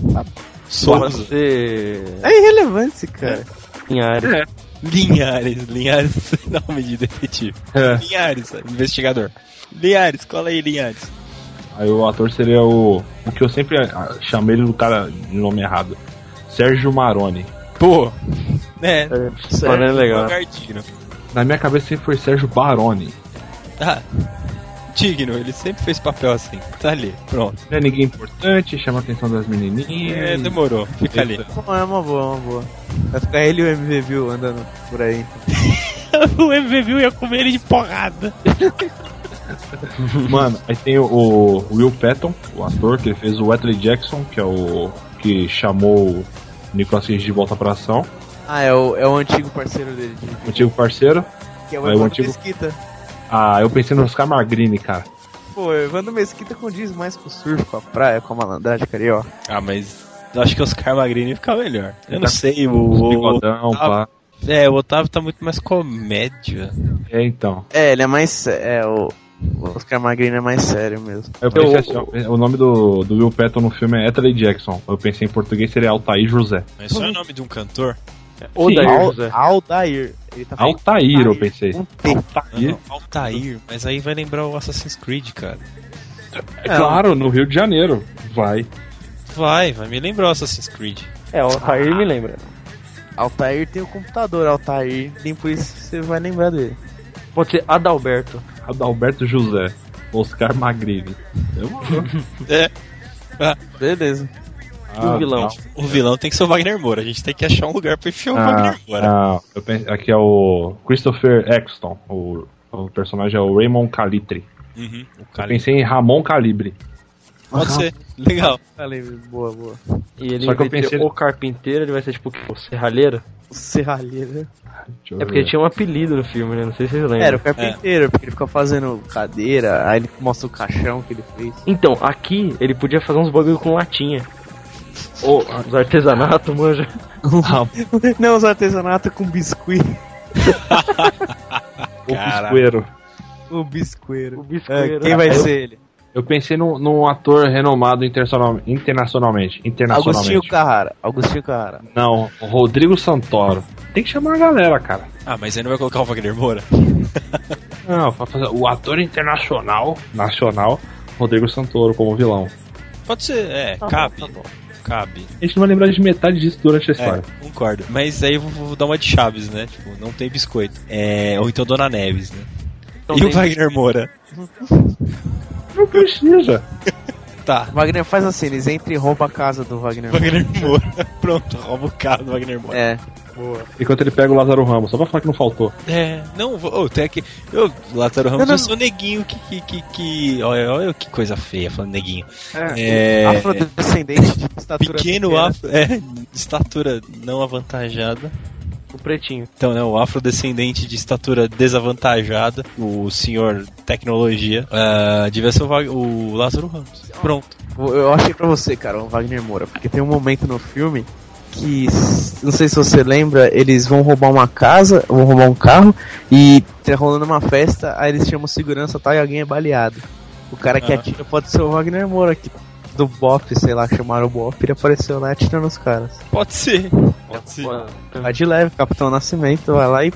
Speaker 9: Souza.
Speaker 7: Você.
Speaker 11: É irrelevante esse cara.
Speaker 7: Linhares.
Speaker 9: Linhares, Linhares, (laughs) nome de detetive.
Speaker 13: É.
Speaker 9: Linhares, investigador. Linhares, cola aí, Linhares.
Speaker 13: Aí o ator seria o. O que eu sempre ah, chamei ele do cara de nome errado. Sérgio Maroni.
Speaker 9: Pô, né? um
Speaker 7: Mano, é legal.
Speaker 9: Gardino.
Speaker 13: Na minha cabeça sempre foi Sérgio Baroni.
Speaker 9: Ah, digno, ele sempre fez papel assim. Tá ali, pronto.
Speaker 13: Não é ninguém importante, chama a atenção das menininhas.
Speaker 9: É, demorou, fica ali.
Speaker 11: Bom, é uma boa, uma boa. Vai ficar ele e o MVB andando por aí.
Speaker 9: (laughs) o MVV ia comer ele de porrada.
Speaker 13: Mano, aí tem o, o Will Patton, o ator que fez o Wetley Jackson, que é o que chamou o Nicolas Cage de volta pra ação,
Speaker 11: Ah, é o, é o antigo parceiro dele, de-
Speaker 13: o antigo parceiro.
Speaker 11: que é
Speaker 13: é
Speaker 11: o
Speaker 13: o
Speaker 11: Evandro
Speaker 13: antigo-
Speaker 11: Mesquita.
Speaker 13: Ah, eu pensei no Oscar Magrini, cara.
Speaker 11: Pô, Evandro Mesquita condiz mais com o surf, com a praia, com a malandragem carioca.
Speaker 9: Ah, mas eu acho que Oscar Magrini fica melhor. Eu não
Speaker 13: Tá
Speaker 9: sei, o,
Speaker 13: Os
Speaker 9: o,
Speaker 13: bigodão,
Speaker 9: Otávio-
Speaker 13: pá.
Speaker 9: é, o Otávio tá muito mais comédia.
Speaker 13: É, então.
Speaker 11: É, ele é mais. É, o. O Oscar Magrini é mais sério mesmo.
Speaker 13: Eu pensei assim, ó, o nome do, do Will Patton no filme é Ethelay Jackson. Eu pensei em português seria Altair José.
Speaker 9: Mas só é o nome de um cantor?
Speaker 7: Ou
Speaker 13: Sim,
Speaker 7: Daí
Speaker 11: Al-
Speaker 7: José.
Speaker 11: Aldair. Ele tá falando
Speaker 13: Altair, eu pensei.
Speaker 11: com T.
Speaker 9: Não, não, Altair, mas aí vai lembrar o Assassin's Creed, cara.
Speaker 13: É claro, no Rio de Janeiro. Vai.
Speaker 9: Vai, vai me lembrar o Assassin's Creed.
Speaker 7: É, o Altair me lembra.
Speaker 11: Altair tem o computador, Altair. Nem por isso você vai lembrar dele.
Speaker 7: Pode ser Adalberto.
Speaker 13: Adalberto José. Oscar Magrini.
Speaker 7: (laughs)
Speaker 9: É,
Speaker 11: Beleza.
Speaker 13: Ah,
Speaker 7: o um vilão.
Speaker 9: o vilão tem que ser o Wagner Moura. A gente tem que achar um lugar pra enfiar o
Speaker 13: Ah,
Speaker 9: Wagner Moura.
Speaker 13: ah, eu pensei, aqui é o Christopher Eccleston. O, o personagem é o Raymond Calitre.
Speaker 9: Uhum, o
Speaker 13: Eu
Speaker 9: cara.
Speaker 13: pensei em Ramon Calibre.
Speaker 9: Pode ser. Legal.
Speaker 11: Falei, Tá boa, boa.
Speaker 7: E ele
Speaker 13: Só
Speaker 7: Só
Speaker 13: que eu pensei-
Speaker 7: o carpinteiro, ele vai ser tipo o quê? o serralheiro.
Speaker 11: Serralheiro.
Speaker 13: Deixa eu
Speaker 7: É porque
Speaker 13: ver.
Speaker 7: tinha um apelido no filme, né? Não sei se vocês lembram.
Speaker 11: Era o carpinteiro, porque ele fica fazendo cadeira, aí ele mostra o caixão que ele fez.
Speaker 7: Então, aqui ele podia fazer uns bagulho com latinha. Ou uns artesanato, manja.
Speaker 11: (laughs) Não, os artesanatos com biscuit.
Speaker 7: um
Speaker 13: O
Speaker 9: Cara.
Speaker 13: Piscueiro.
Speaker 11: O biscoeiro. É,
Speaker 7: O biscoeiro.
Speaker 11: quem vai ser ele?
Speaker 13: Eu pensei num, num ator renomado internacional- internacionalmente. internacionalmente.
Speaker 11: Agostinho Carrara. Agostinho Carrara.
Speaker 13: Não, o Rodrigo Santoro. Tem que chamar a galera, cara.
Speaker 9: Ah, mas aí não vai colocar o Wagner Moura?
Speaker 13: Não, pra fazer o ator internacional, nacional, Rodrigo Santoro como vilão.
Speaker 9: Pode ser, é, cabe. Cabe.
Speaker 13: A gente não vai lembrar de metade disso durante
Speaker 9: É,
Speaker 13: a história.
Speaker 9: concordo. Mas aí eu vou, vou dar uma de Chaves, né? Tipo, não tem biscoito. É, ou então Dona Neves, né? e o Wagner Moura?
Speaker 13: Não precisa.
Speaker 9: Tá.
Speaker 11: Wagner faz assim, eles entram e roubam a casa do
Speaker 9: (laughs)
Speaker 11: Wagner.
Speaker 9: Wagner Moura. Pronto, rouba o carro do Wagner Moura.
Speaker 11: É.
Speaker 13: Enquanto ele pega o Lázaro Ramos, só pra falar que não faltou.
Speaker 9: É, não, vou- ô, tem aqui. Eu, Lázaro Ramos,
Speaker 11: Não, não,
Speaker 9: eu sou neguinho que. que, que, que- olha, olha que coisa feia falando neguinho.
Speaker 11: É.
Speaker 9: É.
Speaker 11: Afrodescendente de estatura
Speaker 9: Pequeno
Speaker 11: pequena.
Speaker 9: afro, é, de estatura não avantajada.
Speaker 7: o pretinho.
Speaker 9: Então, né, o afrodescendente de estatura desavantajada, o senhor tecnologia, uh, devia ser o, Wag- o Lázaro Ramos. Pronto.
Speaker 11: Tipo, Eu achei pra você, cara, o Wagner Moura, porque tem um momento no filme que, s- não sei se você lembra, eles vão roubar uma casa, vão roubar um carro e tá rolando uma festa, aí eles chamam segurança e tal e alguém é baleado. O cara que
Speaker 7: Aham.
Speaker 11: atira pode ser o Wagner Moura aqui. Do Bop, sei lá, chamaram o Bop, ele apareceu lá atirando os caras.
Speaker 9: Pode ser. Pode ser.
Speaker 11: Vai de leve, Capitão Nascimento, vai lá e.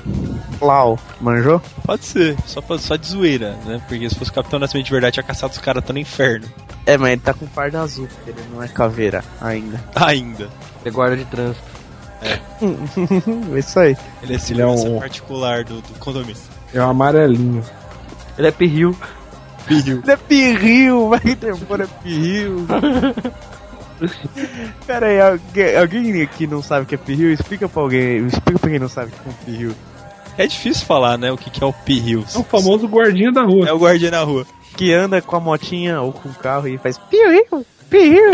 Speaker 11: Plau, manjou?
Speaker 9: Pode ser. Só, pra- só de zoeira, né? Porque se fosse o Capitão Nascimento de verdade, tinha caçado os caras até no inferno. (laughs)
Speaker 11: É, mas ele tá com farda azul, porque ele não é caveira ainda. (laughs)
Speaker 9: Ainda.
Speaker 7: Ele é guarda de trânsito.
Speaker 11: É. isso aí.
Speaker 9: Ele é
Speaker 13: é um-
Speaker 9: segurança particular do, do condomínio.
Speaker 13: É um amarelinho.
Speaker 7: Ele é pirril.
Speaker 9: Pirril.
Speaker 11: Ele é pirril, Wagner Moura é pirril. Pera aí, alguém, alguém aqui não sabe o que é pirril? Explica pra alguém, explica pra quem não sabe o que é um pirril.
Speaker 9: É difícil falar, né? O que, que é o Pirril.
Speaker 13: É o famoso guardinha da rua.
Speaker 9: É o guardinha da rua.
Speaker 11: Que anda com a motinha ou com o carro e faz pirril, pirril.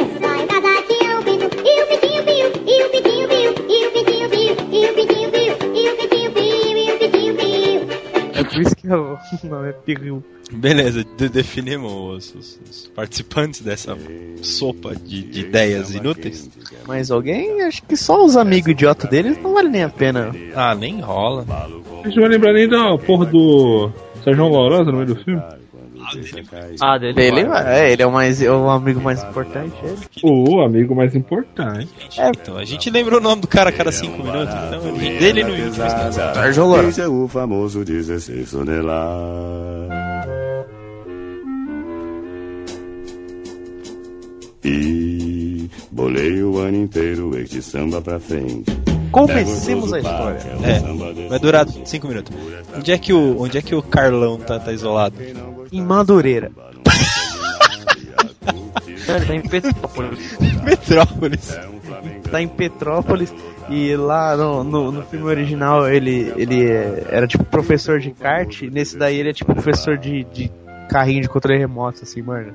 Speaker 11: É por isso que o nome é pirril.
Speaker 9: Beleza, de- definimos os, os- os participantes dessa sopa de, de ideias inúteis.
Speaker 11: Mas alguém, acho que só os amigos idiotas deles não vale nem a pena.
Speaker 9: Ah, nem rola.
Speaker 13: A gente não vai lembrar nem da porra do Sérgio Lourosa no meio do filme.
Speaker 7: Ah, dele.
Speaker 11: Ele vai, é, ele é o, mais, é o amigo mais importante. é Ele.
Speaker 13: O amigo mais importante.
Speaker 11: É,
Speaker 9: Então, a gente lembra o nome do cara a cada cinco minutos, então a gente- dele no
Speaker 11: Sérgio Lourenço.
Speaker 14: Esse é o famoso 16 toneladas. E bolei o ano inteiro este samba pra frente. um
Speaker 9: Comecemos a
Speaker 14: história.
Speaker 9: É, vai durar cinco minutos. Onde é que o, onde é que o Carlão tá, tá isolado? (laughs)
Speaker 11: Em Madureira.
Speaker 7: Ele tá em Petrópolis.
Speaker 9: Metrópolis.
Speaker 11: tá em Petrópolis e lá no, no, no filme original ele, ele é- era tipo professor de kart, e nesse daí ele é tipo professor de, de carrinho de controle remoto, assim, mano.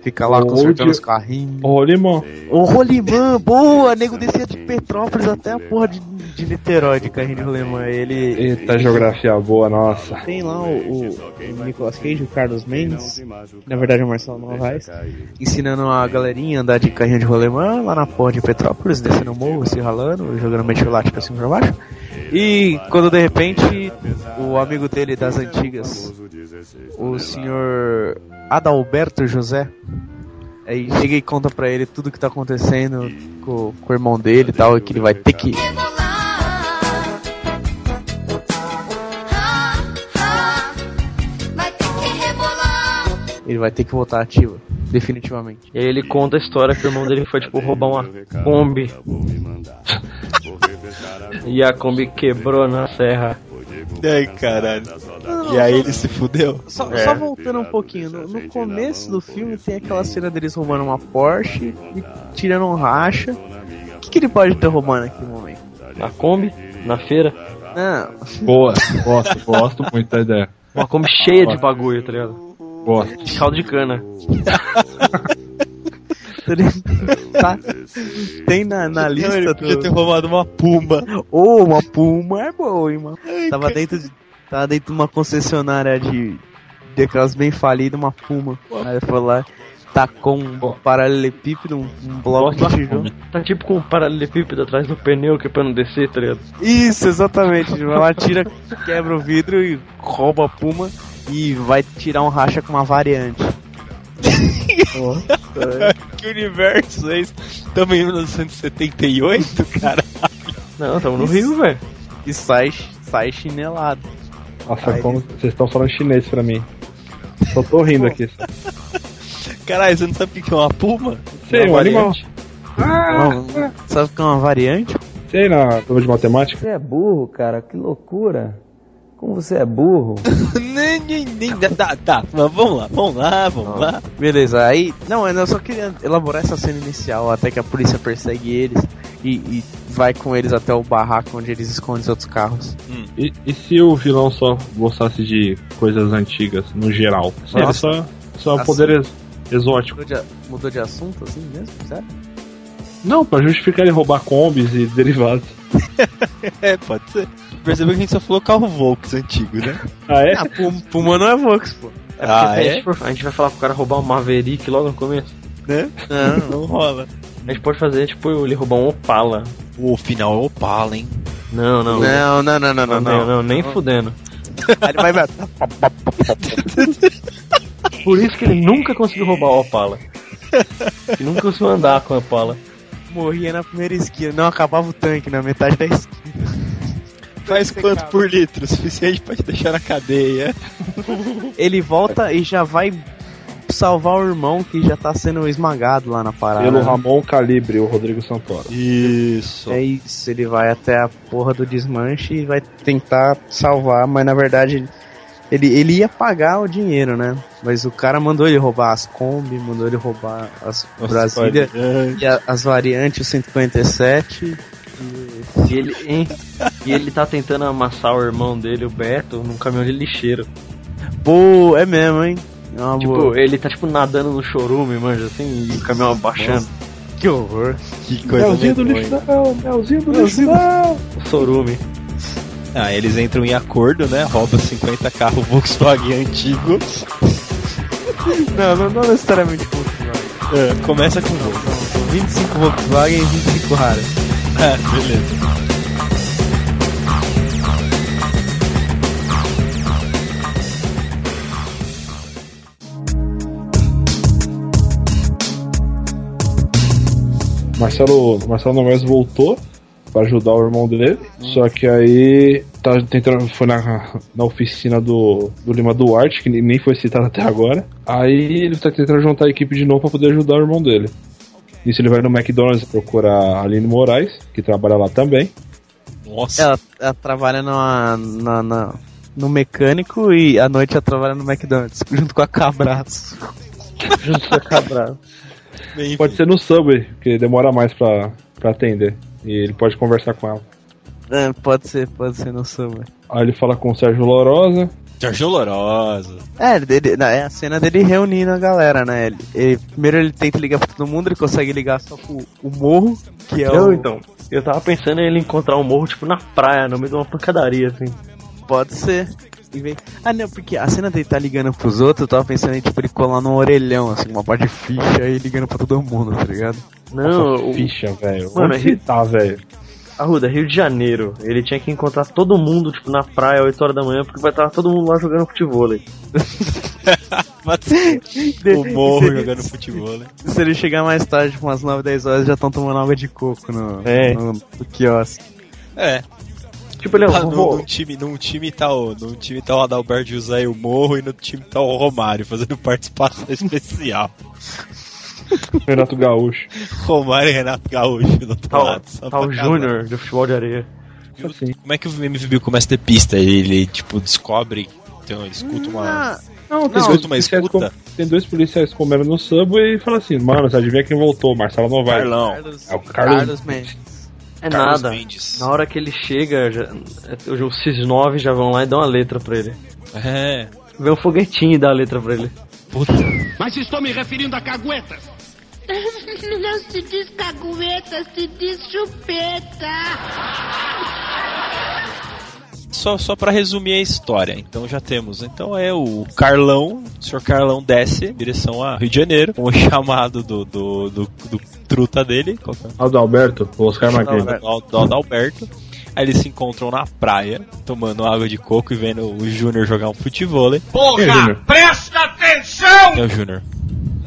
Speaker 11: Fica lá consertando os carros. carrinhos.
Speaker 13: Ô, Limão.
Speaker 11: Ô, Rolimã, boa! Nego descia de Petrópolis até a porra de, de Niterói de carrinho de Rolimã. Ele
Speaker 13: Eita, geografia boa, nossa.
Speaker 11: tem lá o, o, o Nicolas Cage, o Carlos Mendes, que na verdade é o Marcelo Novaes, ensinando a galerinha a andar de carrinho de rolemã lá na porra de Petrópolis, descendo o morro, se ralando, jogando metiolate pra cima e pra baixo. E quando de repente o amigo dele das antigas, o senhor Adalberto José, aí chega e conta pra ele tudo que tá acontecendo com, com o irmão dele e tal, e que ele vai ter que ele vai ter que voltar ativo, definitivamente.
Speaker 7: E aí ele conta a história que o irmão dele foi, tipo, roubar uma Kombi. (laughs) e a Kombi quebrou na serra.
Speaker 9: Ai, caralho. E aí ele se fudeu?
Speaker 11: Só,
Speaker 9: É.
Speaker 11: só voltando um pouquinho, no, no começo do filme tem aquela cena deles roubando uma Porsche e tirando um racha. O que, que ele pode estar roubando naquele momento?
Speaker 7: Na Kombi, na feira.
Speaker 11: Não,
Speaker 13: Boa, gosto, gosto muito da ideia.
Speaker 7: Uma Kombi cheia de bagulho, tá ligado?
Speaker 13: Gosto.
Speaker 7: De caldo de cana.
Speaker 11: ele- tá- tem na, na lista.
Speaker 9: ele podia
Speaker 11: do-
Speaker 9: ter roubado uma pumba.
Speaker 11: Ô, uma puma é boa, hein, mano. Tava dentro de, tava dentro de uma concessionária de. de aquelas bem falidas, uma puma. Aí foi lá, tacou um paralelepípedo, um, um bloco de tijolo.
Speaker 7: Tá tipo com um paralelepípedo atrás do pneu que é pra não descer, tá ligado?
Speaker 11: Isso, exatamente. Ela tira, quebra o vidro e rouba a puma e vai tirar um racha com uma variante.
Speaker 9: (laughs) que universo é esse? Tamo em 1978, cara.
Speaker 7: Não, tamo no Rio, velho.
Speaker 11: E sai, sai chinelado.
Speaker 13: Nossa, como vocês estão falando chinês pra mim. Só tô rindo aqui.
Speaker 9: Caralho, você não sabe o que é uma puma?
Speaker 13: Sei, um animal.
Speaker 11: Não, sabe o que é uma variante?
Speaker 13: Sei na prova de matemática.
Speaker 15: Você é burro, cara, que loucura. Como você é burro.
Speaker 9: nem, nem, nem, tá, tá, mas vamos lá, vamos lá, vamos lá.
Speaker 11: Beleza, aí. Não, eu só queria elaborar essa cena inicial até que a polícia persegue eles e, e vai com eles até o barraco onde eles escondem os outros carros.
Speaker 13: E, e se o vilão só gostasse de coisas antigas, no geral? Só,
Speaker 11: Nossa.
Speaker 13: só, só
Speaker 11: Assim.
Speaker 13: poder ex- exótico.
Speaker 11: Mudou de, a- mudou de assunto assim mesmo? Sério?
Speaker 13: Não, pra justificar ele roubar combis e (laughs) derivados.
Speaker 9: é, pode ser. Percebeu que a gente só falou carro Volks antigo, né?
Speaker 11: Ah, é?
Speaker 13: tá.
Speaker 11: Não, Puma, Puma não é Volks, pô.
Speaker 7: É ah, é? A gente, for, a gente vai falar pro cara roubar um Maverick logo no começo.
Speaker 9: Né?
Speaker 11: (laughs)
Speaker 7: Não, não rola. A gente pode fazer, tipo, ele roubar um Opala.
Speaker 9: O final é Opala, hein?
Speaker 7: Não, não.
Speaker 11: Não, não, não, não, não.
Speaker 7: Não, não, nem fudendo.
Speaker 11: Ele vai...
Speaker 7: Por isso que ele nunca conseguiu roubar o Opala. Ele nunca conseguiu andar com o Opala.
Speaker 11: Morria na primeira esquina. Não, acabava o tanque na metade da esquina.
Speaker 9: Faz quanto por litro? (laughs) Suficiente pra te deixar na cadeia.
Speaker 11: Ele volta e já vai salvar o irmão que já tá sendo esmagado lá na parada.
Speaker 13: Pelo Ramon Calibre, o Rodrigo Santoro.
Speaker 9: Isso.
Speaker 11: É isso, ele vai até a porra do desmanche e vai tentar salvar, mas na verdade ele, ele ia pagar o dinheiro, né? Mas o cara mandou ele roubar as Kombi, mandou ele roubar as Nossa, Brasília variante. e a, as variantes, o 157.
Speaker 7: E ele, hein? e ele tá tentando amassar o irmão dele, o Beto, num caminhão de lixeiro.
Speaker 11: Pô, é mesmo, hein?
Speaker 7: É tipo, boa. ele tá tipo nadando no chorume, manja, assim, e o caminhão abaixando. Nossa.
Speaker 11: Que horror.
Speaker 9: Que coisa
Speaker 13: Melzinho É do lixo não, Melzinho
Speaker 11: É
Speaker 13: do lixo não.
Speaker 7: O chorume.
Speaker 9: Ah, eles entram em acordo, né? Rouba 50 carros Volkswagen antigos.
Speaker 11: não, não, não necessariamente Volkswagen.
Speaker 9: É, começa com (laughs) Volkswagen.
Speaker 11: 25 Volkswagen e 25 raras.
Speaker 9: É, beleza.
Speaker 13: Marcelo, Marcelo Novaes voltou para ajudar o irmão dele, só que aí tá tentando foi na, na oficina do, do Lima Duarte, que nem foi citado até agora. Aí ele tá tentando juntar a equipe de novo para poder ajudar o irmão dele. Isso ele vai no McDonald's procurar a Aline Moraes, que trabalha lá também.
Speaker 9: Nossa.
Speaker 11: Ela, ela trabalha numa, na, na, no mecânico e à noite ela trabalha no McDonald's, (laughs) junto com a Cabraço.
Speaker 7: junto com a Cabraço.
Speaker 13: Bem, pode ser no Subway, porque demora mais pra, pra atender. E ele pode conversar com ela.
Speaker 11: É, pode ser, pode ser no Subway.
Speaker 13: Aí ele fala com o Sérgio Lorosa.
Speaker 9: Sérgio Lorosa.
Speaker 11: É, ele, não, é a cena dele reunindo a galera, né? Ele, ele, primeiro ele tenta ligar pra todo mundo, ele consegue ligar só pro o morro, que é
Speaker 7: (laughs) eu,
Speaker 11: o.
Speaker 7: então. Eu tava pensando em ele encontrar um morro, tipo, na praia, no meio de uma pancadaria, assim.
Speaker 11: Pode ser. Ah, não, porque a cena dele tá ligando pros outros, eu tava pensando em tipo, ele colar num orelhão, assim, uma parte de ficha e ligando pra todo mundo, tá ligado?
Speaker 7: Não,
Speaker 13: Nossa, o... ficha, velho. Mano, Onde é Rio... tá, velho?
Speaker 7: Arruda, Rio de Janeiro. Ele tinha que encontrar todo mundo, tipo, na praia, 8 horas da manhã, porque vai estar todo mundo lá jogando futebol.
Speaker 9: o morro ele... jogando futebol. Né?
Speaker 11: Se ele chegar mais tarde, tipo, umas 9, 10 horas, já estão tomando água de coco no,
Speaker 7: é.
Speaker 11: no, no quiosque.
Speaker 9: É,
Speaker 7: Tipo, ele é
Speaker 9: ah, num, num, time, num time tá o, num time tá o Adalberto José e o Morro e no time tá o Romário fazendo (laughs) participação especial.
Speaker 13: Renato Gaúcho.
Speaker 9: Romário e Renato Gaúcho do outro
Speaker 7: tá,
Speaker 9: lado.
Speaker 7: Tá, tá o Júnior do futebol de areia.
Speaker 9: E, assim. Como é que o MVB começa a ter pista? Ele, tipo, descobre, então, escuta uma.
Speaker 13: Ah, Não, não tem,
Speaker 9: escuta uma escuta.
Speaker 13: é Com, tem dois policiais comendo no subway e fala assim: Mano, você adivinha quem voltou? Marcelo Novaes.
Speaker 9: Carlão.
Speaker 13: é o Carlos, Carlos
Speaker 11: Mendes.
Speaker 7: É Carlos nada. Mendes. Na hora que ele chega, já, é, os Cis 9 já vão lá e dão a letra pra ele.
Speaker 9: É.
Speaker 7: Vê um foguetinho e dá a letra pra ele.
Speaker 9: Puta.
Speaker 16: Mas estou me referindo a caguetas.
Speaker 17: Não se diz cagueta, se diz chupeta.
Speaker 9: Só, só para resumir a história, então já temos. Então é o Carlão, o senhor Carlão desce em direção a Rio de Janeiro, com o (laughs) chamado do, do, do, do truta dele. Qual
Speaker 13: é? Adalberto, o Oscar Marquinhos.
Speaker 9: Adalberto. Aí eles se encontram na praia, tomando água de coco e vendo o Júnior jogar um futebol.
Speaker 16: Porra, é presta atenção!
Speaker 9: É o Júnior.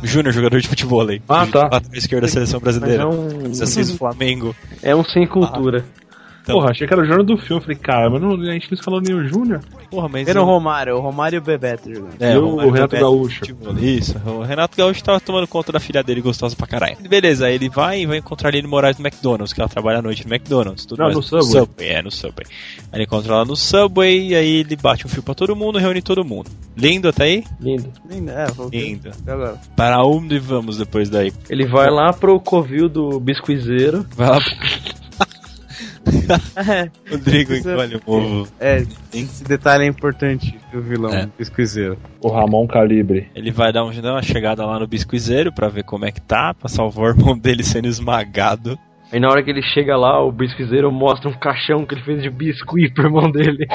Speaker 9: Júnior, jogador de futebol.
Speaker 13: Ah, tá.
Speaker 9: Lateral esquerda da seleção brasileira.
Speaker 7: Mas é um...
Speaker 9: 16 do Flamengo.
Speaker 7: É um sem cultura.
Speaker 13: Ah. Então. Porra, achei que era o Júnior do filme. Falei, cara, mas não, a gente não falou nem o Júnior.
Speaker 9: Porra, mas.
Speaker 11: Era o Romário, o Romário e o Bebeto jogando.
Speaker 13: É, o, Romário, o Renato Bebeto, Gaúcho.
Speaker 9: Tipo, isso, o Renato Gaúcho tava tomando conta da filha dele, gostosa pra caralho. Beleza, aí ele vai e vai encontrar a Aline Moraes no McDonald's, que ela trabalha à noite no McDonald's. Tudo
Speaker 13: não,
Speaker 9: mais.
Speaker 13: no Subway.
Speaker 9: Subway. É, no Subway. Aí ele encontra ela no Subway, e aí ele bate um fio pra todo mundo, reúne todo mundo. Lindo até aí?
Speaker 7: Lindo.
Speaker 11: Lindo, é, voltei.
Speaker 9: Lindo.
Speaker 11: Agora.
Speaker 9: Para onde vamos depois daí?
Speaker 7: Ele vai lá pro covil do biscuizeiro.
Speaker 9: Vai lá
Speaker 13: (laughs)
Speaker 9: pro... (laughs)
Speaker 11: É.
Speaker 9: Rodrigo engole o ovo.
Speaker 11: É, esse detalhe é importante do vilão, é. biscoizeiro.
Speaker 13: O Ramon Calibre.
Speaker 9: Ele vai dar uma chegada lá no biscoizeiro pra ver como é que tá, pra salvar o irmão dele sendo esmagado.
Speaker 7: Aí na hora que ele chega lá, o bisquiseiro mostra um caixão que ele fez de biscuit pro irmão dele.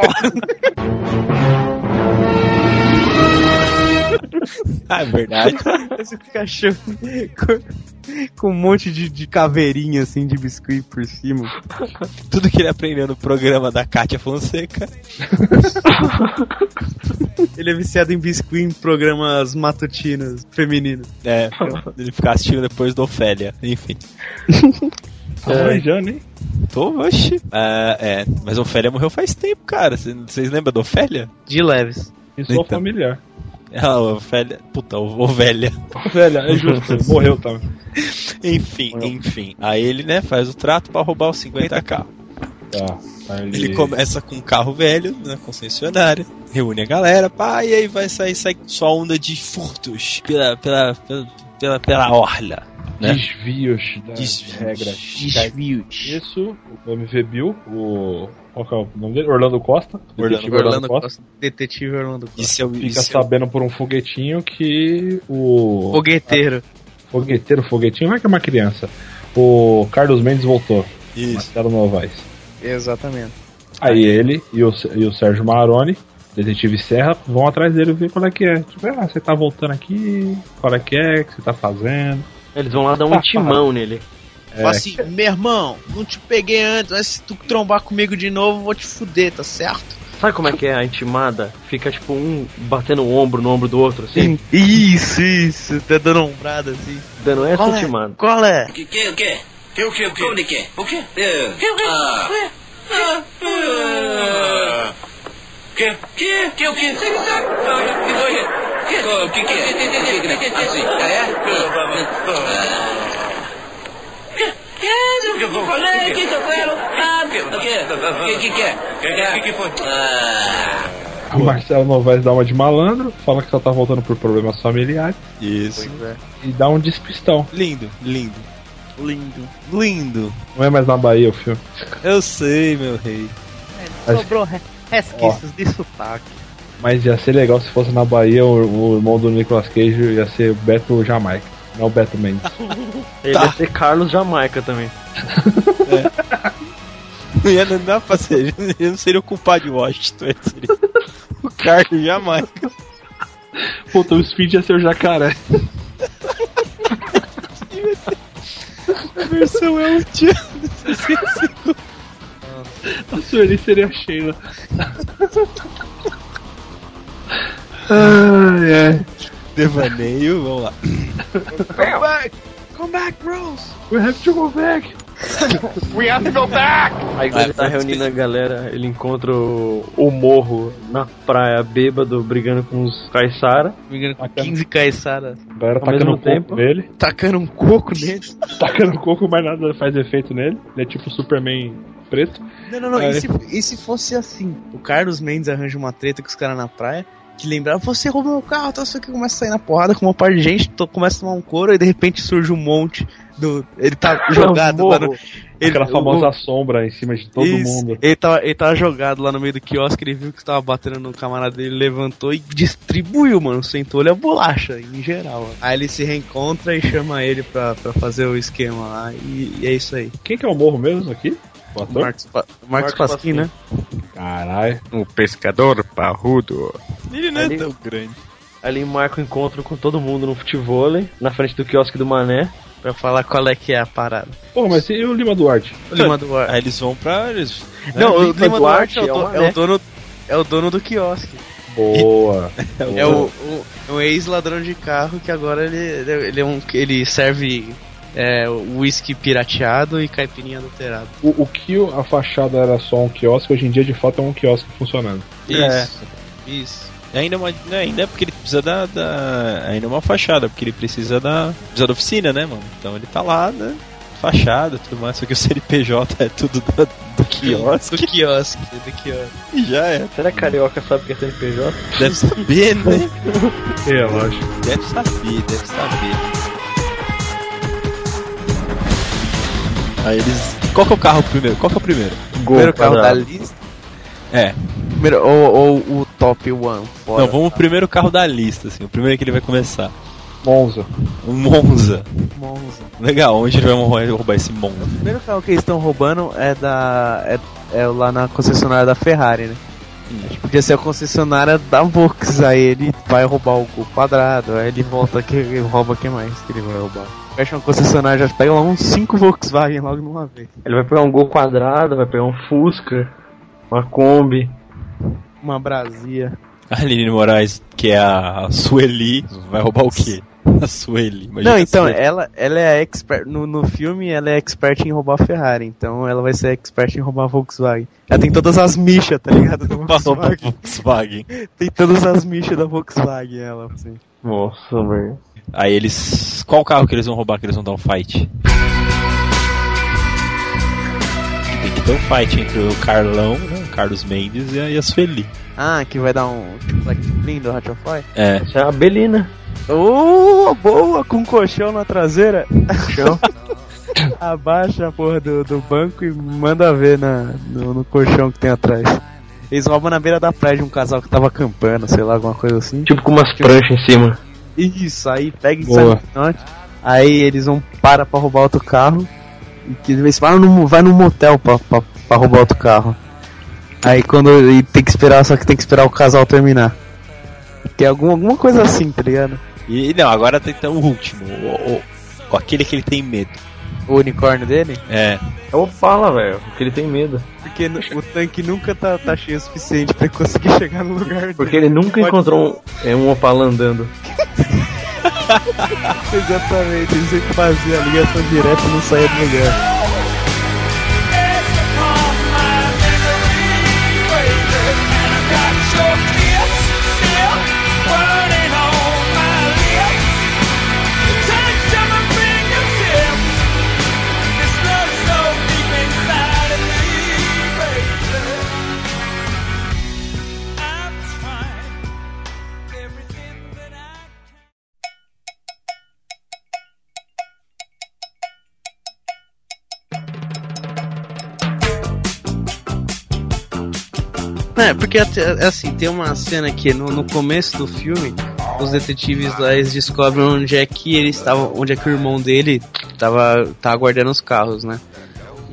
Speaker 9: ah, é verdade.
Speaker 11: (laughs) Esse caixão (laughs) com, com um monte de, de caveirinha assim de biscuit por cima.
Speaker 9: (laughs) Tudo que ele aprendeu no programa da Kátia Fonseca.
Speaker 11: ele é viciado em biscuit em programas matutinos femininos.
Speaker 9: (laughs) É, ele fica assistindo depois do Ofélia, enfim.
Speaker 13: Tá é. manjando, hein?
Speaker 9: Tô, oxi. Ah, é, mas Ofélia morreu faz tempo, cara. Vocês lembram da Ofélia?
Speaker 11: De leves.
Speaker 13: E sou então. familiar.
Speaker 9: Ah, ovelha. Puta, ovelha.
Speaker 13: Ovelha, é justo. (laughs) morreu também.
Speaker 9: (laughs) enfim, morreu. enfim. Aí ele, né, faz o trato pra roubar os 50k.
Speaker 13: Tá.
Speaker 9: Ele... ele começa com um carro velho na concessionária, reúne a galera, pá, e aí vai sair, sai sua onda de furtos pela, pela, pela, pela, pela orla.
Speaker 13: É.
Speaker 9: Né?
Speaker 13: Desvios das
Speaker 9: Desvios.
Speaker 13: É, regras.
Speaker 9: Desvios.
Speaker 13: Isso, o MV Bill, o qual que é o nome dele? Orlando Costa.
Speaker 11: Orlando, Orlando, Orlando Costa. Costa. Detetive Orlando Costa.
Speaker 9: Isso é,
Speaker 13: Fica isso sabendo é... por um foguetinho que o.
Speaker 11: Fogueteiro.
Speaker 13: A... Fogueteiro, foguetinho, vai que é uma criança. O Carlos Mendes voltou.
Speaker 9: Isso.
Speaker 13: Marcelo Novaes.
Speaker 11: Exatamente.
Speaker 13: Aí ele e o, e o Sérgio Maroni, detetive Serra, vão atrás dele ver qual é que é. Tipo, ah, você tá voltando aqui, qual é que é, o que você tá fazendo.
Speaker 7: (laughs) Eles vão lá dar um tá, timão tá. nele.
Speaker 11: É. Fala assim, meu irmão, não te peguei antes, mas se tu trombar comigo de novo, eu vou te fuder, tá certo?
Speaker 7: Sabe como é que é a intimada? Fica tipo um batendo o ombro no ombro do outro, assim.
Speaker 11: Isso, isso, tá dando ombrada assim.
Speaker 7: Dando essa
Speaker 11: qual
Speaker 7: intimada.
Speaker 11: É? Qual é? O
Speaker 18: que, que, o que? Que, o que, o que? Como que? O que? É. Que, o que? Ah. Ah. Ah. Que, que, que, o que? Que, o que? Que, que, que, que? Assim, é? Que eu falei que eu quero. Ah, o que? O que que é? O que que foi?
Speaker 13: O Marcelo Novaes dá uma de malandro, fala que só tá voltando por problemas familiares.
Speaker 9: Isso.
Speaker 13: E dá um despistão.
Speaker 9: Lindo, lindo.
Speaker 11: Lindo.
Speaker 9: Lindo.
Speaker 13: Não é mais na Bahia o filme.
Speaker 9: Eu sei, meu rei. (laughs)
Speaker 11: É, sobrou resquícios de sotaque.
Speaker 13: Mas ia ser legal se fosse na Bahia o, o irmão do Nicolas Cage ia ser Beto Jamaica. Não o Beto (laughs) Mendes.
Speaker 7: Ele tá. ia ser Carlos Jamaica também.
Speaker 9: é. Não ia não dá pra ser. Ele não seria o culpado de Washington. Ele seria (laughs) o Carlos Jamaica.
Speaker 13: Puta, o Speed ia ser o jacaré.
Speaker 9: A versão é o
Speaker 13: (laughs)
Speaker 9: tio.
Speaker 13: A Sueli seria a Sheila.
Speaker 9: Ai, ai. Devaneio, vamos lá.
Speaker 11: Come back! Come back, bros!
Speaker 13: We have to go back!
Speaker 3: We have to go back!
Speaker 7: Aí quando ele tá reunindo a galera, ele encontra o, o morro na praia, bêbado, brigando com os caiçara.
Speaker 11: Brigando com tacando. 15 caiçara.
Speaker 13: A galera Ao tacando um tempo, coco nele.
Speaker 11: Tacando um coco nele.
Speaker 13: tacando (laughs) coco, mas nada faz efeito nele. Ele é tipo Superman preto.
Speaker 11: Não, não, não. É. E, se, e se fosse assim? O Carlos Mendes arranja uma treta com os caras na praia que lembrava, você roubou meu carro, tá, isso aqui começa a sair na porrada com uma par de gente, tô, começa a tomar um couro e de repente surge um monte do. Ele
Speaker 13: (laughs)
Speaker 11: tá jogado lá no.
Speaker 13: Ele, Aquela famosa o, sombra em cima de todo
Speaker 11: isso,
Speaker 13: mundo.
Speaker 11: Ele tava, ele tava jogado lá no meio do quiosque, ele viu que tava batendo no camarada dele, levantou e distribuiu, mano, sentou-lhe a bolacha, em geral. Mano. Aí ele se reencontra e chama ele pra, pra fazer o esquema lá, e, e é isso aí.
Speaker 13: Quem que é o morro mesmo aqui?
Speaker 11: O ator? Marcos, pa Marcos, Marcos Pasquim, Pasquim, né?
Speaker 13: Caralho.
Speaker 11: O Um pescador parrudo.
Speaker 9: Ele não é ali, tão grande.
Speaker 7: Ali marca o um encontro com todo mundo no futebol, na frente do quiosque do Mané.
Speaker 11: Pra falar qual é que é a parada.
Speaker 13: Pô, mas e o Lima Duarte?
Speaker 11: O (laughs) Lima Duarte.
Speaker 9: Aí eles vão pra. Eles,
Speaker 11: né? Não, o Lima, Lima Duarte, Duarte é, o é, o dono, é o dono do quiosque.
Speaker 13: Boa!
Speaker 11: (laughs) é o, o, o ex-ladrão de carro que agora ele, ele, é um, ele serve é, whisky pirateado e caipirinha adulterado.
Speaker 13: O, o que a fachada era só um quiosque, hoje em dia de fato é um quiosque funcionando.
Speaker 11: Isso. É. Isso.
Speaker 9: Ainda, uma, ainda é porque ele precisa da, da, Ainda uma fachada, porque ele precisa da. Precisa da oficina, né, mano? Então ele tá lá, né? Fachada tudo mais, só que o CNPJ é tudo da, do quiosque.
Speaker 11: Do quiosque, do quiosque.
Speaker 9: E já é.
Speaker 7: Será que carioca sabe o que é CNPJ?
Speaker 9: Deve saber, né?
Speaker 13: é, lógico.
Speaker 9: Deve saber, deve saber. Aí eles. Qual que é o carro primeiro? Qual que é o primeiro?
Speaker 11: Gol, primeiro carro da lista?
Speaker 9: É.
Speaker 11: Primeiro, ou, ou o top one.
Speaker 9: Fora, Não, vamos tá? o primeiro carro da lista, assim. O primeiro que ele vai começar.
Speaker 13: Monza.
Speaker 9: Um Monza.
Speaker 11: Monza.
Speaker 9: Legal, onde ele vai roubar esse Monza? O
Speaker 11: primeiro carro que eles estão roubando é da. É, é lá na concessionária da Ferrari, né? Acho que podia ser a concessionária da Vox, aí ele vai roubar o, o quadrado, aí ele volta que ele rouba quem mais que ele vai roubar. Fecha uma concessionária, já pega lá uns 5 Volkswagen logo de uma vez.
Speaker 7: Ele vai pegar um Gol quadrado, vai pegar um Fusca, uma Kombi,
Speaker 11: uma Brasia.
Speaker 9: A Aline Moraes, que é a Sueli, vai roubar o quê? A Sueli.
Speaker 11: Imagina Não, então, ela, ela é expert. No, no filme, ela é expert em roubar a Ferrari. Então, ela vai ser expert em roubar a Volkswagen. Ela tem todas as michas, tá ligado? Da Volkswagen.
Speaker 9: Volkswagen.
Speaker 11: tem todas as michas da Volkswagen, ela, assim.
Speaker 7: Nossa, velho.
Speaker 9: Aí eles. Qual carro que eles vão roubar que eles vão dar um fight? Tem que ter um fight entre o Carlão, né, o Carlos Mendes e a, e a Sueli.
Speaker 11: Ah, que vai dar um. Tipo, like, lindo Hot of Fire?
Speaker 9: É.
Speaker 7: Essa é a Belina.
Speaker 11: Oh, boa! Com colchão na traseira. Colchão? (laughs) Abaixa a porra do, do banco e manda ver na, no, no colchão que tem atrás. Eles roubam na beira da praia de um casal que tava acampando, sei lá, alguma coisa assim.
Speaker 7: Tipo com umas pranchas em cima.
Speaker 11: Isso, aí pega e sai norte. Aí eles vão para pra roubar outro carro. E que eles vai no, vai no motel pra, pra, pra roubar outro carro. Aí quando. E tem que esperar, só que tem que esperar o casal terminar. Tem algum, alguma coisa assim, tá ligado?
Speaker 9: E não, agora tem então, o último, o, o, o aquele que ele tem medo.
Speaker 11: O unicórnio dele?
Speaker 9: É.
Speaker 7: É o Opala, velho, porque ele tem medo.
Speaker 11: Porque o tanque nunca tá, tá cheio o suficiente pra conseguir (laughs) chegar no lugar
Speaker 7: Porque dele. ele nunca Pode encontrou um, é, um Opala andando.
Speaker 11: Exatamente, ele sempre fazia a ligação direta e não saía do lugar. É, porque assim, tem uma cena que no, no começo do filme, os detetives lá eles descobrem onde é que ele estava, onde é que o irmão dele estava tá guardando os carros, né?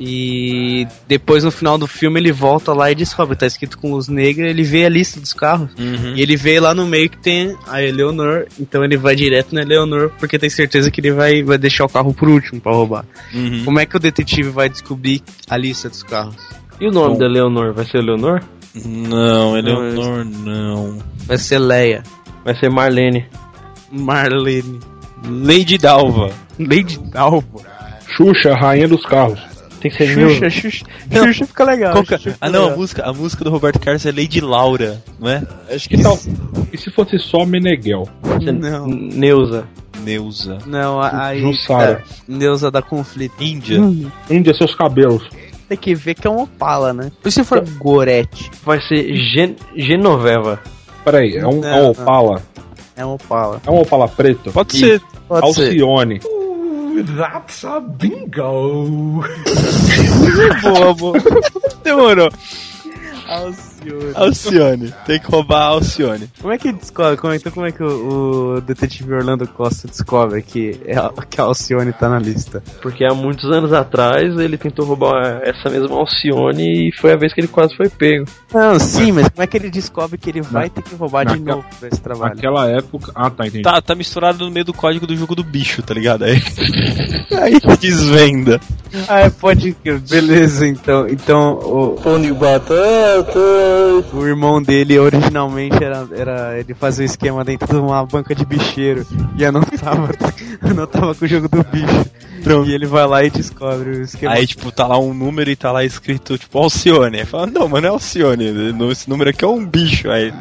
Speaker 11: E depois no final do filme ele volta lá e descobre, tá escrito com os negros, ele vê a lista dos carros.
Speaker 9: Hum.
Speaker 11: Uhum. E ele vê lá no meio que tem a Eleonor, então ele vai direto na Eleonor, porque tem certeza que ele vai, vai deixar o carro por último para roubar. Uhum. Como é que o detetive vai descobrir a lista dos carros?
Speaker 7: E o nome Bom. da Eleonor? Vai ser Eleonor?
Speaker 9: Não,
Speaker 11: é
Speaker 9: Eleonor não.
Speaker 11: Vai ser Leia.
Speaker 7: Vai ser Marlene.
Speaker 11: Marlene.
Speaker 9: Lady Dalva.
Speaker 11: Lady Dalva.
Speaker 13: Xuxa, rainha dos carros.
Speaker 7: Tem que ser
Speaker 11: Xuxa, Xuxa. Não. Xuxa fica legal.
Speaker 9: Xuxa fica ah, não, legal. A, música, a música do Roberto Carlos é Lady Laura, não é?
Speaker 13: Acho que tal. E se fosse só Meneghel?
Speaker 11: Não.
Speaker 7: Neuza.
Speaker 9: Neuza.
Speaker 11: Não, aí.
Speaker 13: Jussara.
Speaker 11: Neuza da conflito.
Speaker 9: Índia.
Speaker 13: Índia, Um seus cabelos
Speaker 11: tem que ver que é um Opala, né? E se for Gorete?
Speaker 7: Vai ser Gen Genoveva.
Speaker 13: Peraí, é um, não, é um Opala? Não.
Speaker 11: É um Opala.
Speaker 13: É um Opala preto?
Speaker 9: Pode ser.
Speaker 13: Pode Alcione.
Speaker 16: Ser. Uh, that's a bingo!
Speaker 11: boa, boa. Demorou.
Speaker 9: Alcione. (laughs) Alcione. Tem que roubar a Alcione.
Speaker 11: Como é que descobre? Como é, então como é que o, o, detetive Orlando Costa descobre que, é, que a Alcione tá na lista?
Speaker 7: Porque há muitos anos atrás ele tentou roubar essa mesma Alcione e foi a vez que ele quase foi pego.
Speaker 11: Não, sim, mas como é que ele descobre que ele vai ter que roubar Naquela, de novo pra esse trabalho?
Speaker 13: Naquela época. Ah, tá, entendi.
Speaker 9: Tá, tá misturado no meio do código do jogo do bicho, tá ligado? (laughs) Aí, aí desvenda.
Speaker 11: Ah, pode. Beleza, então. Então, o. Pão batata. O irmão dele originalmente era, era ele fazia o um esquema dentro de uma banca de bicheiro e anotava, (laughs) anotava com o jogo do bicho. Pronto. E ele vai lá e descobre o esquema.
Speaker 9: Aí, tipo, tá lá um número e tá lá escrito, tipo, Alcione. Aí fala, não, mano, é Alcione. Esse número aqui é um bicho. Aí,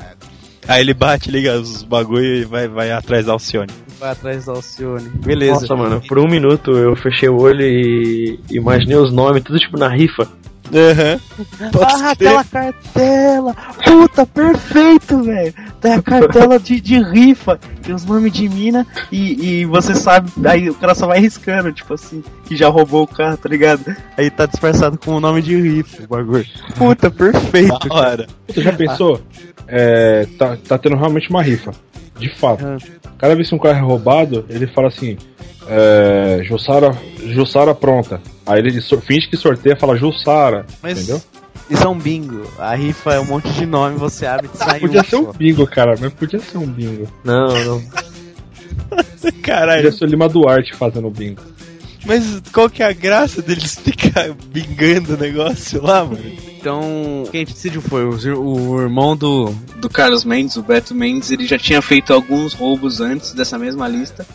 Speaker 9: aí ele bate, liga os bagulho e vai, vai atrás da Alcione.
Speaker 11: Vai atrás da Alcione. Beleza.
Speaker 7: Nossa, mano, por um minuto eu fechei o olho e imaginei os nomes, tudo tipo na rifa.
Speaker 9: Uhum.
Speaker 11: Pode ah, ter. aquela cartela! Puta, perfeito, velho! Tem a cartela de, de rifa, tem os nomes de mina e, e você sabe, aí o cara só vai riscando, tipo assim, que já roubou o carro, tá ligado? Aí tá disfarçado com o nome de rifa o bagulho. Puta, perfeito!
Speaker 9: Da hora.
Speaker 13: Você já pensou? Ah. É, tá, tá tendo realmente uma rifa. De fato. Cada vez que um carro é roubado, ele fala assim: é, Jussara, Jussara pronta. Aí ele sor- finge que sorteia e fala Jussara.
Speaker 11: Mas
Speaker 13: entendeu?
Speaker 11: isso é um bingo. A rifa é um monte de nome, você abre e sai
Speaker 13: Podia
Speaker 11: um
Speaker 13: ser um
Speaker 11: só.
Speaker 13: bingo, cara, mas podia ser um bingo.
Speaker 11: Não, não.
Speaker 9: É,
Speaker 13: Caralho. Podia ser o Lima Duarte fazendo bingo.
Speaker 19: Mas qual que é a graça deles ficar bingando o negócio lá, mano?
Speaker 20: Então, quem decidiu foi o, o irmão do, do Carlos Mendes, o Beto Mendes. Ele já tinha feito alguns roubos antes dessa mesma lista.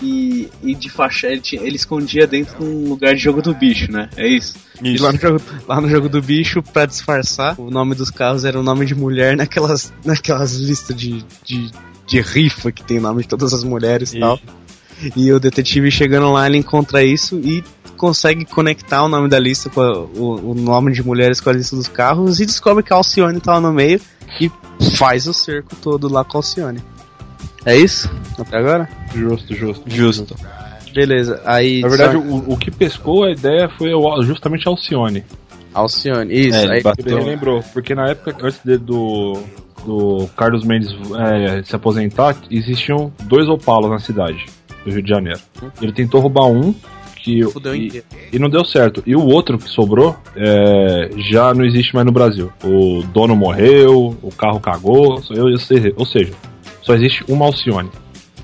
Speaker 20: E, e de faixa, ele, tinha- ele escondia dentro de um lugar de jogo do bicho, né? É isso? E lá no, jogo, lá no jogo do bicho, pra disfarçar, o nome dos carros era o nome de mulher naquelas, naquelas listas de, de, de rifa que tem o nome de todas as mulheres e tal. E o detetive chegando lá, ele encontra isso e consegue conectar o nome da lista com a- o, o nome de mulheres com a lista dos carros e descobre que a Alcione tá lá no meio e faz o cerco todo lá com a Alcione. É isso? Até agora?
Speaker 13: Justo, justo.
Speaker 19: Justo.
Speaker 20: Beleza, aí.
Speaker 13: Na verdade,
Speaker 20: só-
Speaker 13: o, o que pescou a ideia foi o- justamente Alcione.
Speaker 20: Alcione, isso.
Speaker 13: É, ele
Speaker 20: aí
Speaker 11: Então-
Speaker 13: bateu. Ele lembrou, porque na época, antes dele do, do Carlos Mendes é, se aposentar, existiam dois Opalos na cidade do Rio de Janeiro. Ele tentou roubar um, que
Speaker 20: Fudeu
Speaker 13: e,
Speaker 20: inteiro.
Speaker 13: e não deu certo. E o outro que sobrou é, já não existe mais no Brasil. O dono morreu, o carro cagou, só- eu- eu sei- ou seja, só existe uma Alcione.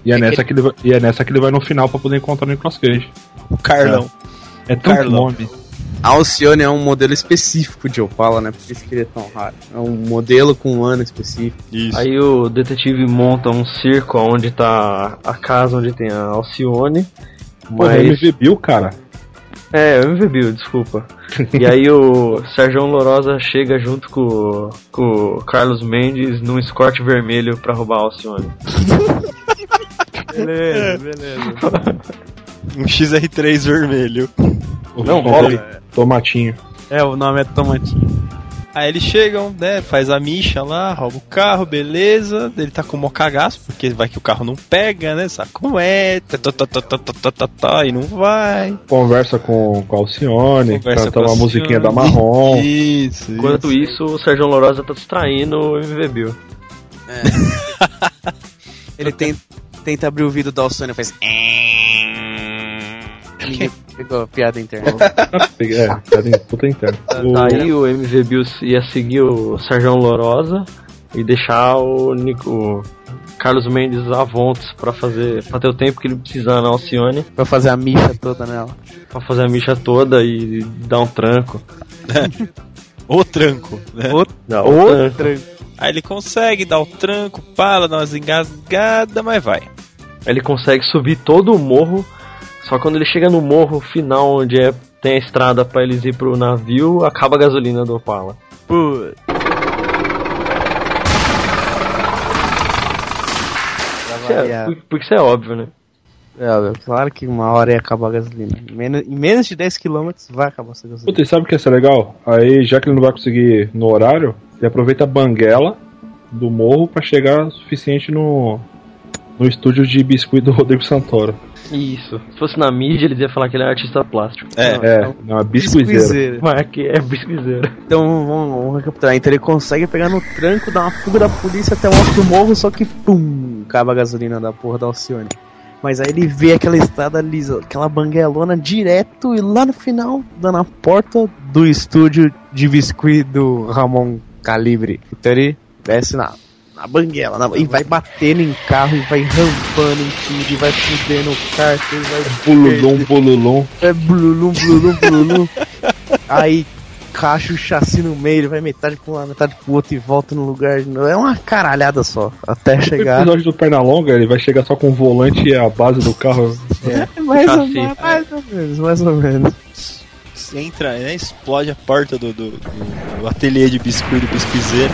Speaker 13: E é, nessa que ele vai, e é nessa que ele vai no final pra poder encontrar o Nicolas Cage.
Speaker 20: O Carlão.
Speaker 13: É, é tão
Speaker 20: Carlão.
Speaker 13: nome.
Speaker 20: A Alcione é um modelo específico de Opala, né? Por isso que ele é tão raro. É um modelo com um ano específico.
Speaker 7: Aí o detetive monta um circo onde tá a casa onde tem a Alcione.
Speaker 13: Pô, é MV Bill, cara.
Speaker 7: É, o MV Bill, desculpa. e aí o Sérgio Lorosa chega junto com, com o Carlos Mendes num escorte vermelho pra roubar a Alcione.
Speaker 11: Beleza, beleza.
Speaker 19: Um XR3 vermelho.
Speaker 13: Não,
Speaker 19: Bob.
Speaker 13: Tomatinho.
Speaker 11: É, o nome é Tomatinho.
Speaker 19: Aí eles chegam, né? Faz a micha lá, rouba o carro, beleza. Ele tá com o mó cagaço, porque vai que o carro não pega, né? Sabe como é? Tá, tá, tá, tá, tá, tá, tá, tá, tá, e não vai.
Speaker 13: Conversa com, com a Alcione,
Speaker 7: Conversa
Speaker 13: canta
Speaker 7: com a
Speaker 13: uma
Speaker 7: Alcione.
Speaker 13: musiquinha da Marrom.
Speaker 19: Isso,
Speaker 7: Enquanto isso, o Sérgio Lorosa tá distraindo o MV Bill.
Speaker 20: Ele tem- tenta abrir o vidro da Alcione e faz. (laughs) Ninguém pegou a piada interna.
Speaker 13: É, tá de- puta interna.
Speaker 7: Daí Tá o MV Bill ia seguir o Sérgio Lorosa e deixar o, Nico, o Carlos Mendes avontes pra fazer pra ter o tempo que ele precisar na Alcione.
Speaker 20: (laughs) Pra fazer a micha toda nela.
Speaker 7: Pra fazer a micha toda e dar um tranco.
Speaker 19: O tranco, né?
Speaker 20: O,
Speaker 7: Não,
Speaker 19: o
Speaker 7: o um tranco.
Speaker 19: Aí ele consegue dar o tranco, pala, dá umas engasgadas, mas vai.
Speaker 7: Ele consegue subir todo o morro, só quando ele chega no morro final, onde é, tem a estrada pra eles ir pro navio, acaba a gasolina do Opala.
Speaker 11: Putz.
Speaker 7: Isso é, por- porque isso é óbvio, né?
Speaker 11: É, claro que uma hora ia acabar a gasolina. Em menos, em menos de 10 km vai acabar essa gasolina.
Speaker 13: Puta, e sabe o que ia ser legal? Aí, já que ele não vai conseguir no horário, ele aproveita a banguela do morro pra chegar o suficiente no, no estúdio de biscuit do Rodrigo Santoro.
Speaker 7: Isso. Se fosse na mídia, eles iam falar que ele é artista plástico.
Speaker 13: É,
Speaker 20: Então,
Speaker 13: não, é biscuizeiro.
Speaker 7: Mas que é biscuizeiro.
Speaker 11: Então vamos, vamos recapitular. Então ele consegue pegar no tranco, dar uma fuga da polícia até o alto do morro, só que pum, acaba a gasolina da porra da Alcione. Mas aí ele vê aquela estrada lisa, aquela banguelona direto e lá no final, dá na porta do estúdio de biscuit do Ramon Calibre. Então ele desce na, na banguela na- e vai batendo em carro, e vai rampando em tudo, e vai fudendo o carro, e vai.
Speaker 13: Bululum, bululum.
Speaker 11: É blulum, blulum, blulum. Aí caixa o chassi no meio, ele vai metade pra um lado, metade pro outro e volta no lugar. de novo. É uma caralhada só, até
Speaker 13: No
Speaker 11: chegar.
Speaker 13: episódio do Pernalonga, ele vai chegar só com o volante e a base do carro.
Speaker 11: É, mais, ou, menos, mais ou menos, mais ou menos.
Speaker 19: Você entra, né? Explode a porta do, do, do- do ateliê de biscuit do biscuizeiro.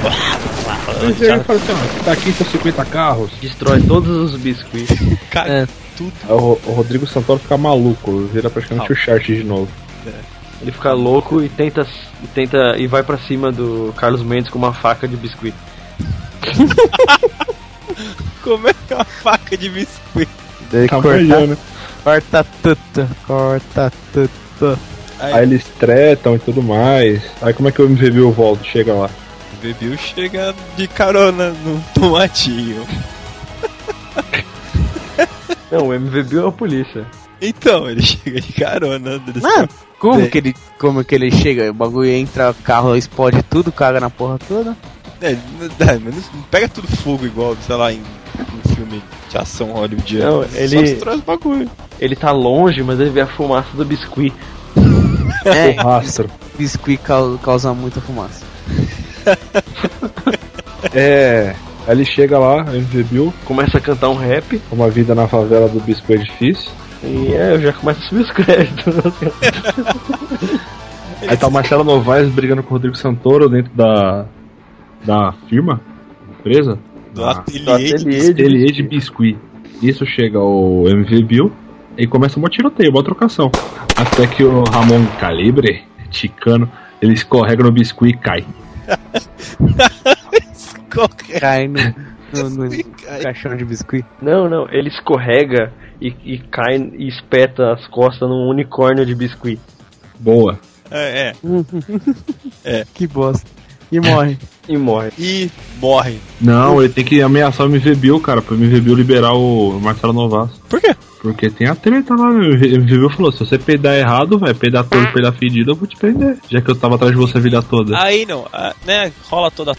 Speaker 13: Mas ele fala assim, ó, tá aqui seus 50 carros.
Speaker 7: Destrói todos os biscuits.
Speaker 19: Cara, tudo.
Speaker 13: Aí O, Ro- o Rodrigo Santoro fica maluco, vira praticamente o Chart de novo.
Speaker 7: Ele fica louco e tenta e tenta e vai pra cima do Carlos Mendes com uma faca de biscuit.
Speaker 19: Como é que é uma faca de biscuit?
Speaker 11: Daí
Speaker 13: Tá
Speaker 11: corta-
Speaker 13: manjando.
Speaker 11: Corta tudo, corta tudo.
Speaker 13: Aí, eles tretam e tudo mais. Aí como é que o MV Bill volta? Chega lá.
Speaker 19: O Bebiu chega de carona no tomatinho.
Speaker 7: Não, o MVB é a polícia.
Speaker 9: Então, ele (laughs) chega de carona. né?
Speaker 11: Mano, como que, ele, como que ele chega? O bagulho entra, carro explode tudo, caga na porra toda.
Speaker 9: É, é, mas não pega tudo fogo igual, sei lá, em um filme de ação hollywoodiano.
Speaker 7: Não, ele-
Speaker 9: Só os bagulho.
Speaker 7: Ele tá longe, mas ele vê a fumaça do biscuit.
Speaker 11: É,
Speaker 7: Rastro.
Speaker 11: biscuit cau- causa muita fumaça.
Speaker 13: É. Aí ele chega lá, MV Bill.
Speaker 7: Começa a cantar um rap.
Speaker 13: Uma vida na favela do Bispo é difícil.
Speaker 7: E é, eu já começo a subir os créditos.
Speaker 13: Aí tá o Marcelo Novaes brigando com o Rodrigo Santoro dentro da. da firma, empresa. Ah.
Speaker 9: Do
Speaker 13: Da-
Speaker 9: ateliê
Speaker 13: do
Speaker 9: de
Speaker 13: ateliê de, ateliê de biscuit. Isso chega o MV Bill e começa um tiroteio, uma trocação. Até que o Ramon Calibre, chicano, ele escorrega no biscuit e cai.
Speaker 11: Cai no, no, no caixão de biscuit.
Speaker 7: Não, não, ele escorrega e, e cai e espeta as costas num unicórnio de biscuit.
Speaker 13: Boa.
Speaker 9: É, é. é.
Speaker 11: Que bosta. E morre.
Speaker 7: E morre.
Speaker 9: E morre.
Speaker 13: Não, ele tem que ameaçar o MV Bill, cara, pra o MV Bill liberar o Marcelo Novaes.
Speaker 9: Por quê?
Speaker 13: Porque tem a treta lá, meu. o MV Bill falou: se você peidar errado, vai peidar todo, peidar fedido, eu vou te prender. Já que eu tava atrás de você a vida toda.
Speaker 9: Aí não, ah, né? Rola toda.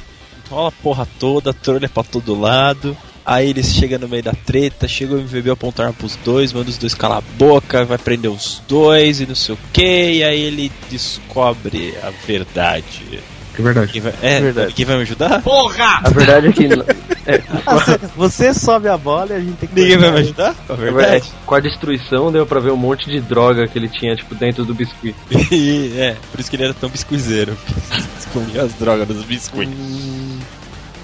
Speaker 9: Rola a porra toda, trolha pra todo lado. Aí eles chegam no meio da treta, chega o MVB apontar arma pros dois, manda os dois calar a boca, vai prender os dois e não sei o que, e aí ele descobre a verdade.
Speaker 13: Que verdade.
Speaker 9: Quem vai, é,
Speaker 7: Verdade.
Speaker 9: Quem vai me ajudar?
Speaker 7: Porra! A verdade é que.
Speaker 11: Você, você sobe a bola e a gente tem que.
Speaker 9: Ninguém vai me ajudar? É verdade.
Speaker 7: Com a destruição deu pra ver um monte de droga que ele tinha, tipo, dentro do biscuit.
Speaker 9: E, (laughs) é, por isso que ele era tão (laughs) biscuizeiro. Escondia as drogas dos biscoitos.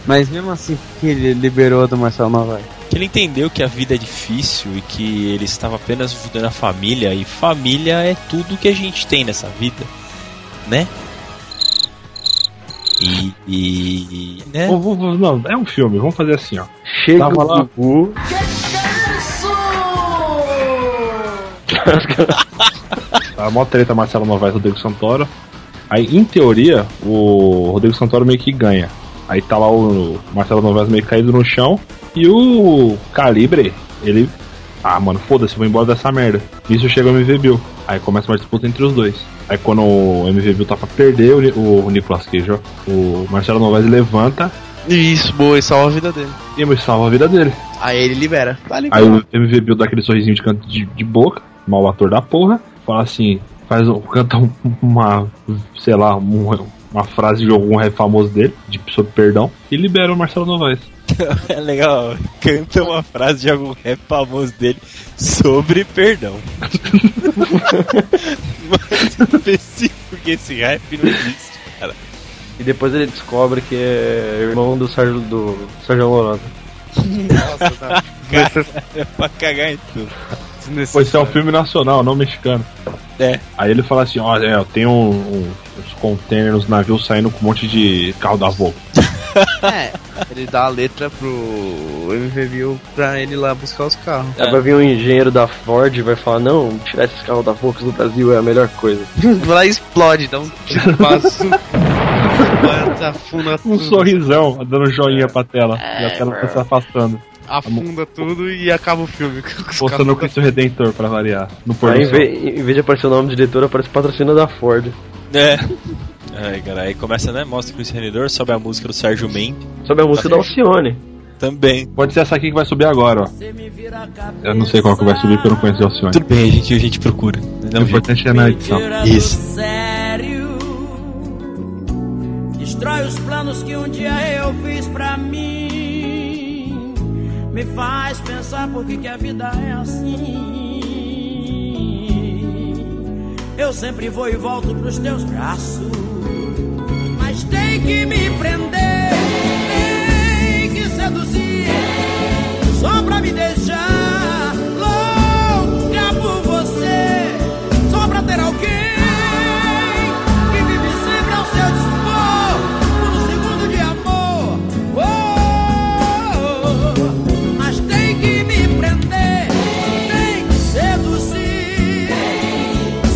Speaker 11: Mas mesmo assim, que ele liberou do Marcelo Novaes.
Speaker 9: Que ele entendeu que a vida é difícil e que ele estava apenas ajudando a família, e família é tudo que a gente tem nessa vida, né? E. e né?
Speaker 13: Vou- vou- vou- não, é um filme, vamos fazer assim, ó. Chega Tava lá,
Speaker 7: Gugu.
Speaker 13: Tá mó treta Marcelo Novaes e Rodrigo Santoro. Aí, em teoria, o Rodrigo Santoro meio que ganha. Aí tá lá o Marcelo Novaes meio caído no chão. E o Calibre, ele. Ah, mano, foda-se, vou embora dessa merda. Nisso chega o MV Bill. Aí começa uma disputa entre os dois. Aí quando o MV Bill tá pra perder, o, Ni- o Nicolas Cage, ó, o Marcelo Novaes levanta
Speaker 11: Isso, boa, e salva a vida dele.
Speaker 13: e salva a vida dele.
Speaker 11: Aí ele libera. Tá
Speaker 13: Aí
Speaker 11: liberado.
Speaker 13: o MV Bill dá aquele sorrisinho de canto de, de boca, mau ator da porra, fala assim, faz um- canta um- uma, sei lá, um- uma frase de algum rap famoso dele, de, sobre perdão, e libera o Marcelo Novaes.
Speaker 9: É legal, canta uma frase de algum rap famoso dele sobre perdão. (laughs) Mas (laughs) específico que esse rap não existe, cara.
Speaker 7: E depois ele descobre que é irmão do Sérgio do Sérgio Lorosa.
Speaker 9: Cara, é pra cagar em tudo.
Speaker 13: Pô, esse é um filme nacional, não mexicano.
Speaker 9: É.
Speaker 13: Aí ele fala assim, ó, é, eu tenho um- um- uns containers, uns navios saindo com um monte de carro da Volvo.
Speaker 11: É, ele dá a letra pro MVBU pra ele lá buscar os carros.
Speaker 7: Aí vai vir um engenheiro da Ford e vai falar: Não, tirar esses carros da Focus do Brasil é a melhor coisa.
Speaker 11: Vai lá e explode, dá um tiro passo. afunda
Speaker 13: Um
Speaker 11: tudo.
Speaker 13: sorrisão, dando joinha pra tela, e a tela tá se afastando.
Speaker 11: É. Afunda tudo e acaba o filme. (laughs)
Speaker 13: Postando o
Speaker 11: tá-
Speaker 13: Cristo Redentor pra variar. No pôr
Speaker 7: Aí,
Speaker 13: do
Speaker 7: em,
Speaker 13: sol.
Speaker 7: ve- em vez de aparecer o nome de diretor, aparece patrocínio da Ford.
Speaker 9: É. (laughs) Ai, cara, aí começa, né? Mostra que o Renedor sobe a música do Sérgio Mendes.
Speaker 7: Sobe a música da Alcione.
Speaker 9: Também.
Speaker 13: Pode ser essa aqui que vai subir agora, ó. Eu não sei qual que vai subir porque eu não conheci o Alcione.
Speaker 9: Tudo bem, a gente, a gente procura.
Speaker 13: O importante é na edição.
Speaker 9: Isso.
Speaker 10: sério. Destrói os planos que um dia eu fiz pra mim. Me faz pensar por que, que a vida é assim. Eu sempre vou e volto pros teus braços. Mas tem que me prender, tem que seduzir. Só pra me deixar louca por você. Só pra ter alguém que vive sempre ao seu dispor por um segundo de amor. Oh, mas tem que me prender, tem que seduzir,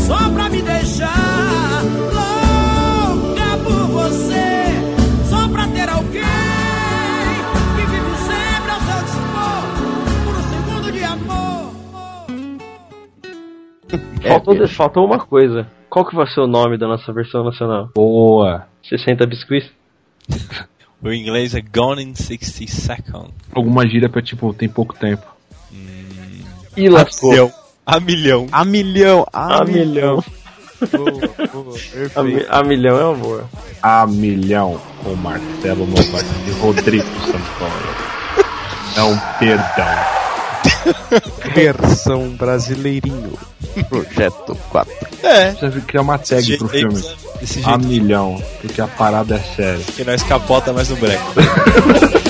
Speaker 10: só pra me deixar louca por você, só pra ter alguém que vive sempre ao seu dispor um
Speaker 7: Faltou, de- faltou uma coisa. Qual que vai ser o nome da nossa versão nacional?
Speaker 21: Boa.
Speaker 7: 60 biscuits?
Speaker 9: O inglês é Gone in 60 Seconds.
Speaker 13: Alguma gíria pra tipo, tem pouco tempo.
Speaker 7: E lascou.
Speaker 9: A milhão.
Speaker 13: A milhão.
Speaker 7: A milhão. A, mi- a milhão é uma boa.
Speaker 13: A milhão com Marcelo Novak e Rodrigo (laughs) Santoro. É um perdão.
Speaker 11: Versão brasileirinho. Projeto 4.
Speaker 9: É.
Speaker 13: Precisa criar uma tag
Speaker 9: Desse
Speaker 13: pro
Speaker 9: jeito,
Speaker 13: filme.
Speaker 9: desse
Speaker 13: A
Speaker 9: jeito.
Speaker 13: milhão, porque a parada é séria.
Speaker 9: Que nós capota mais no break.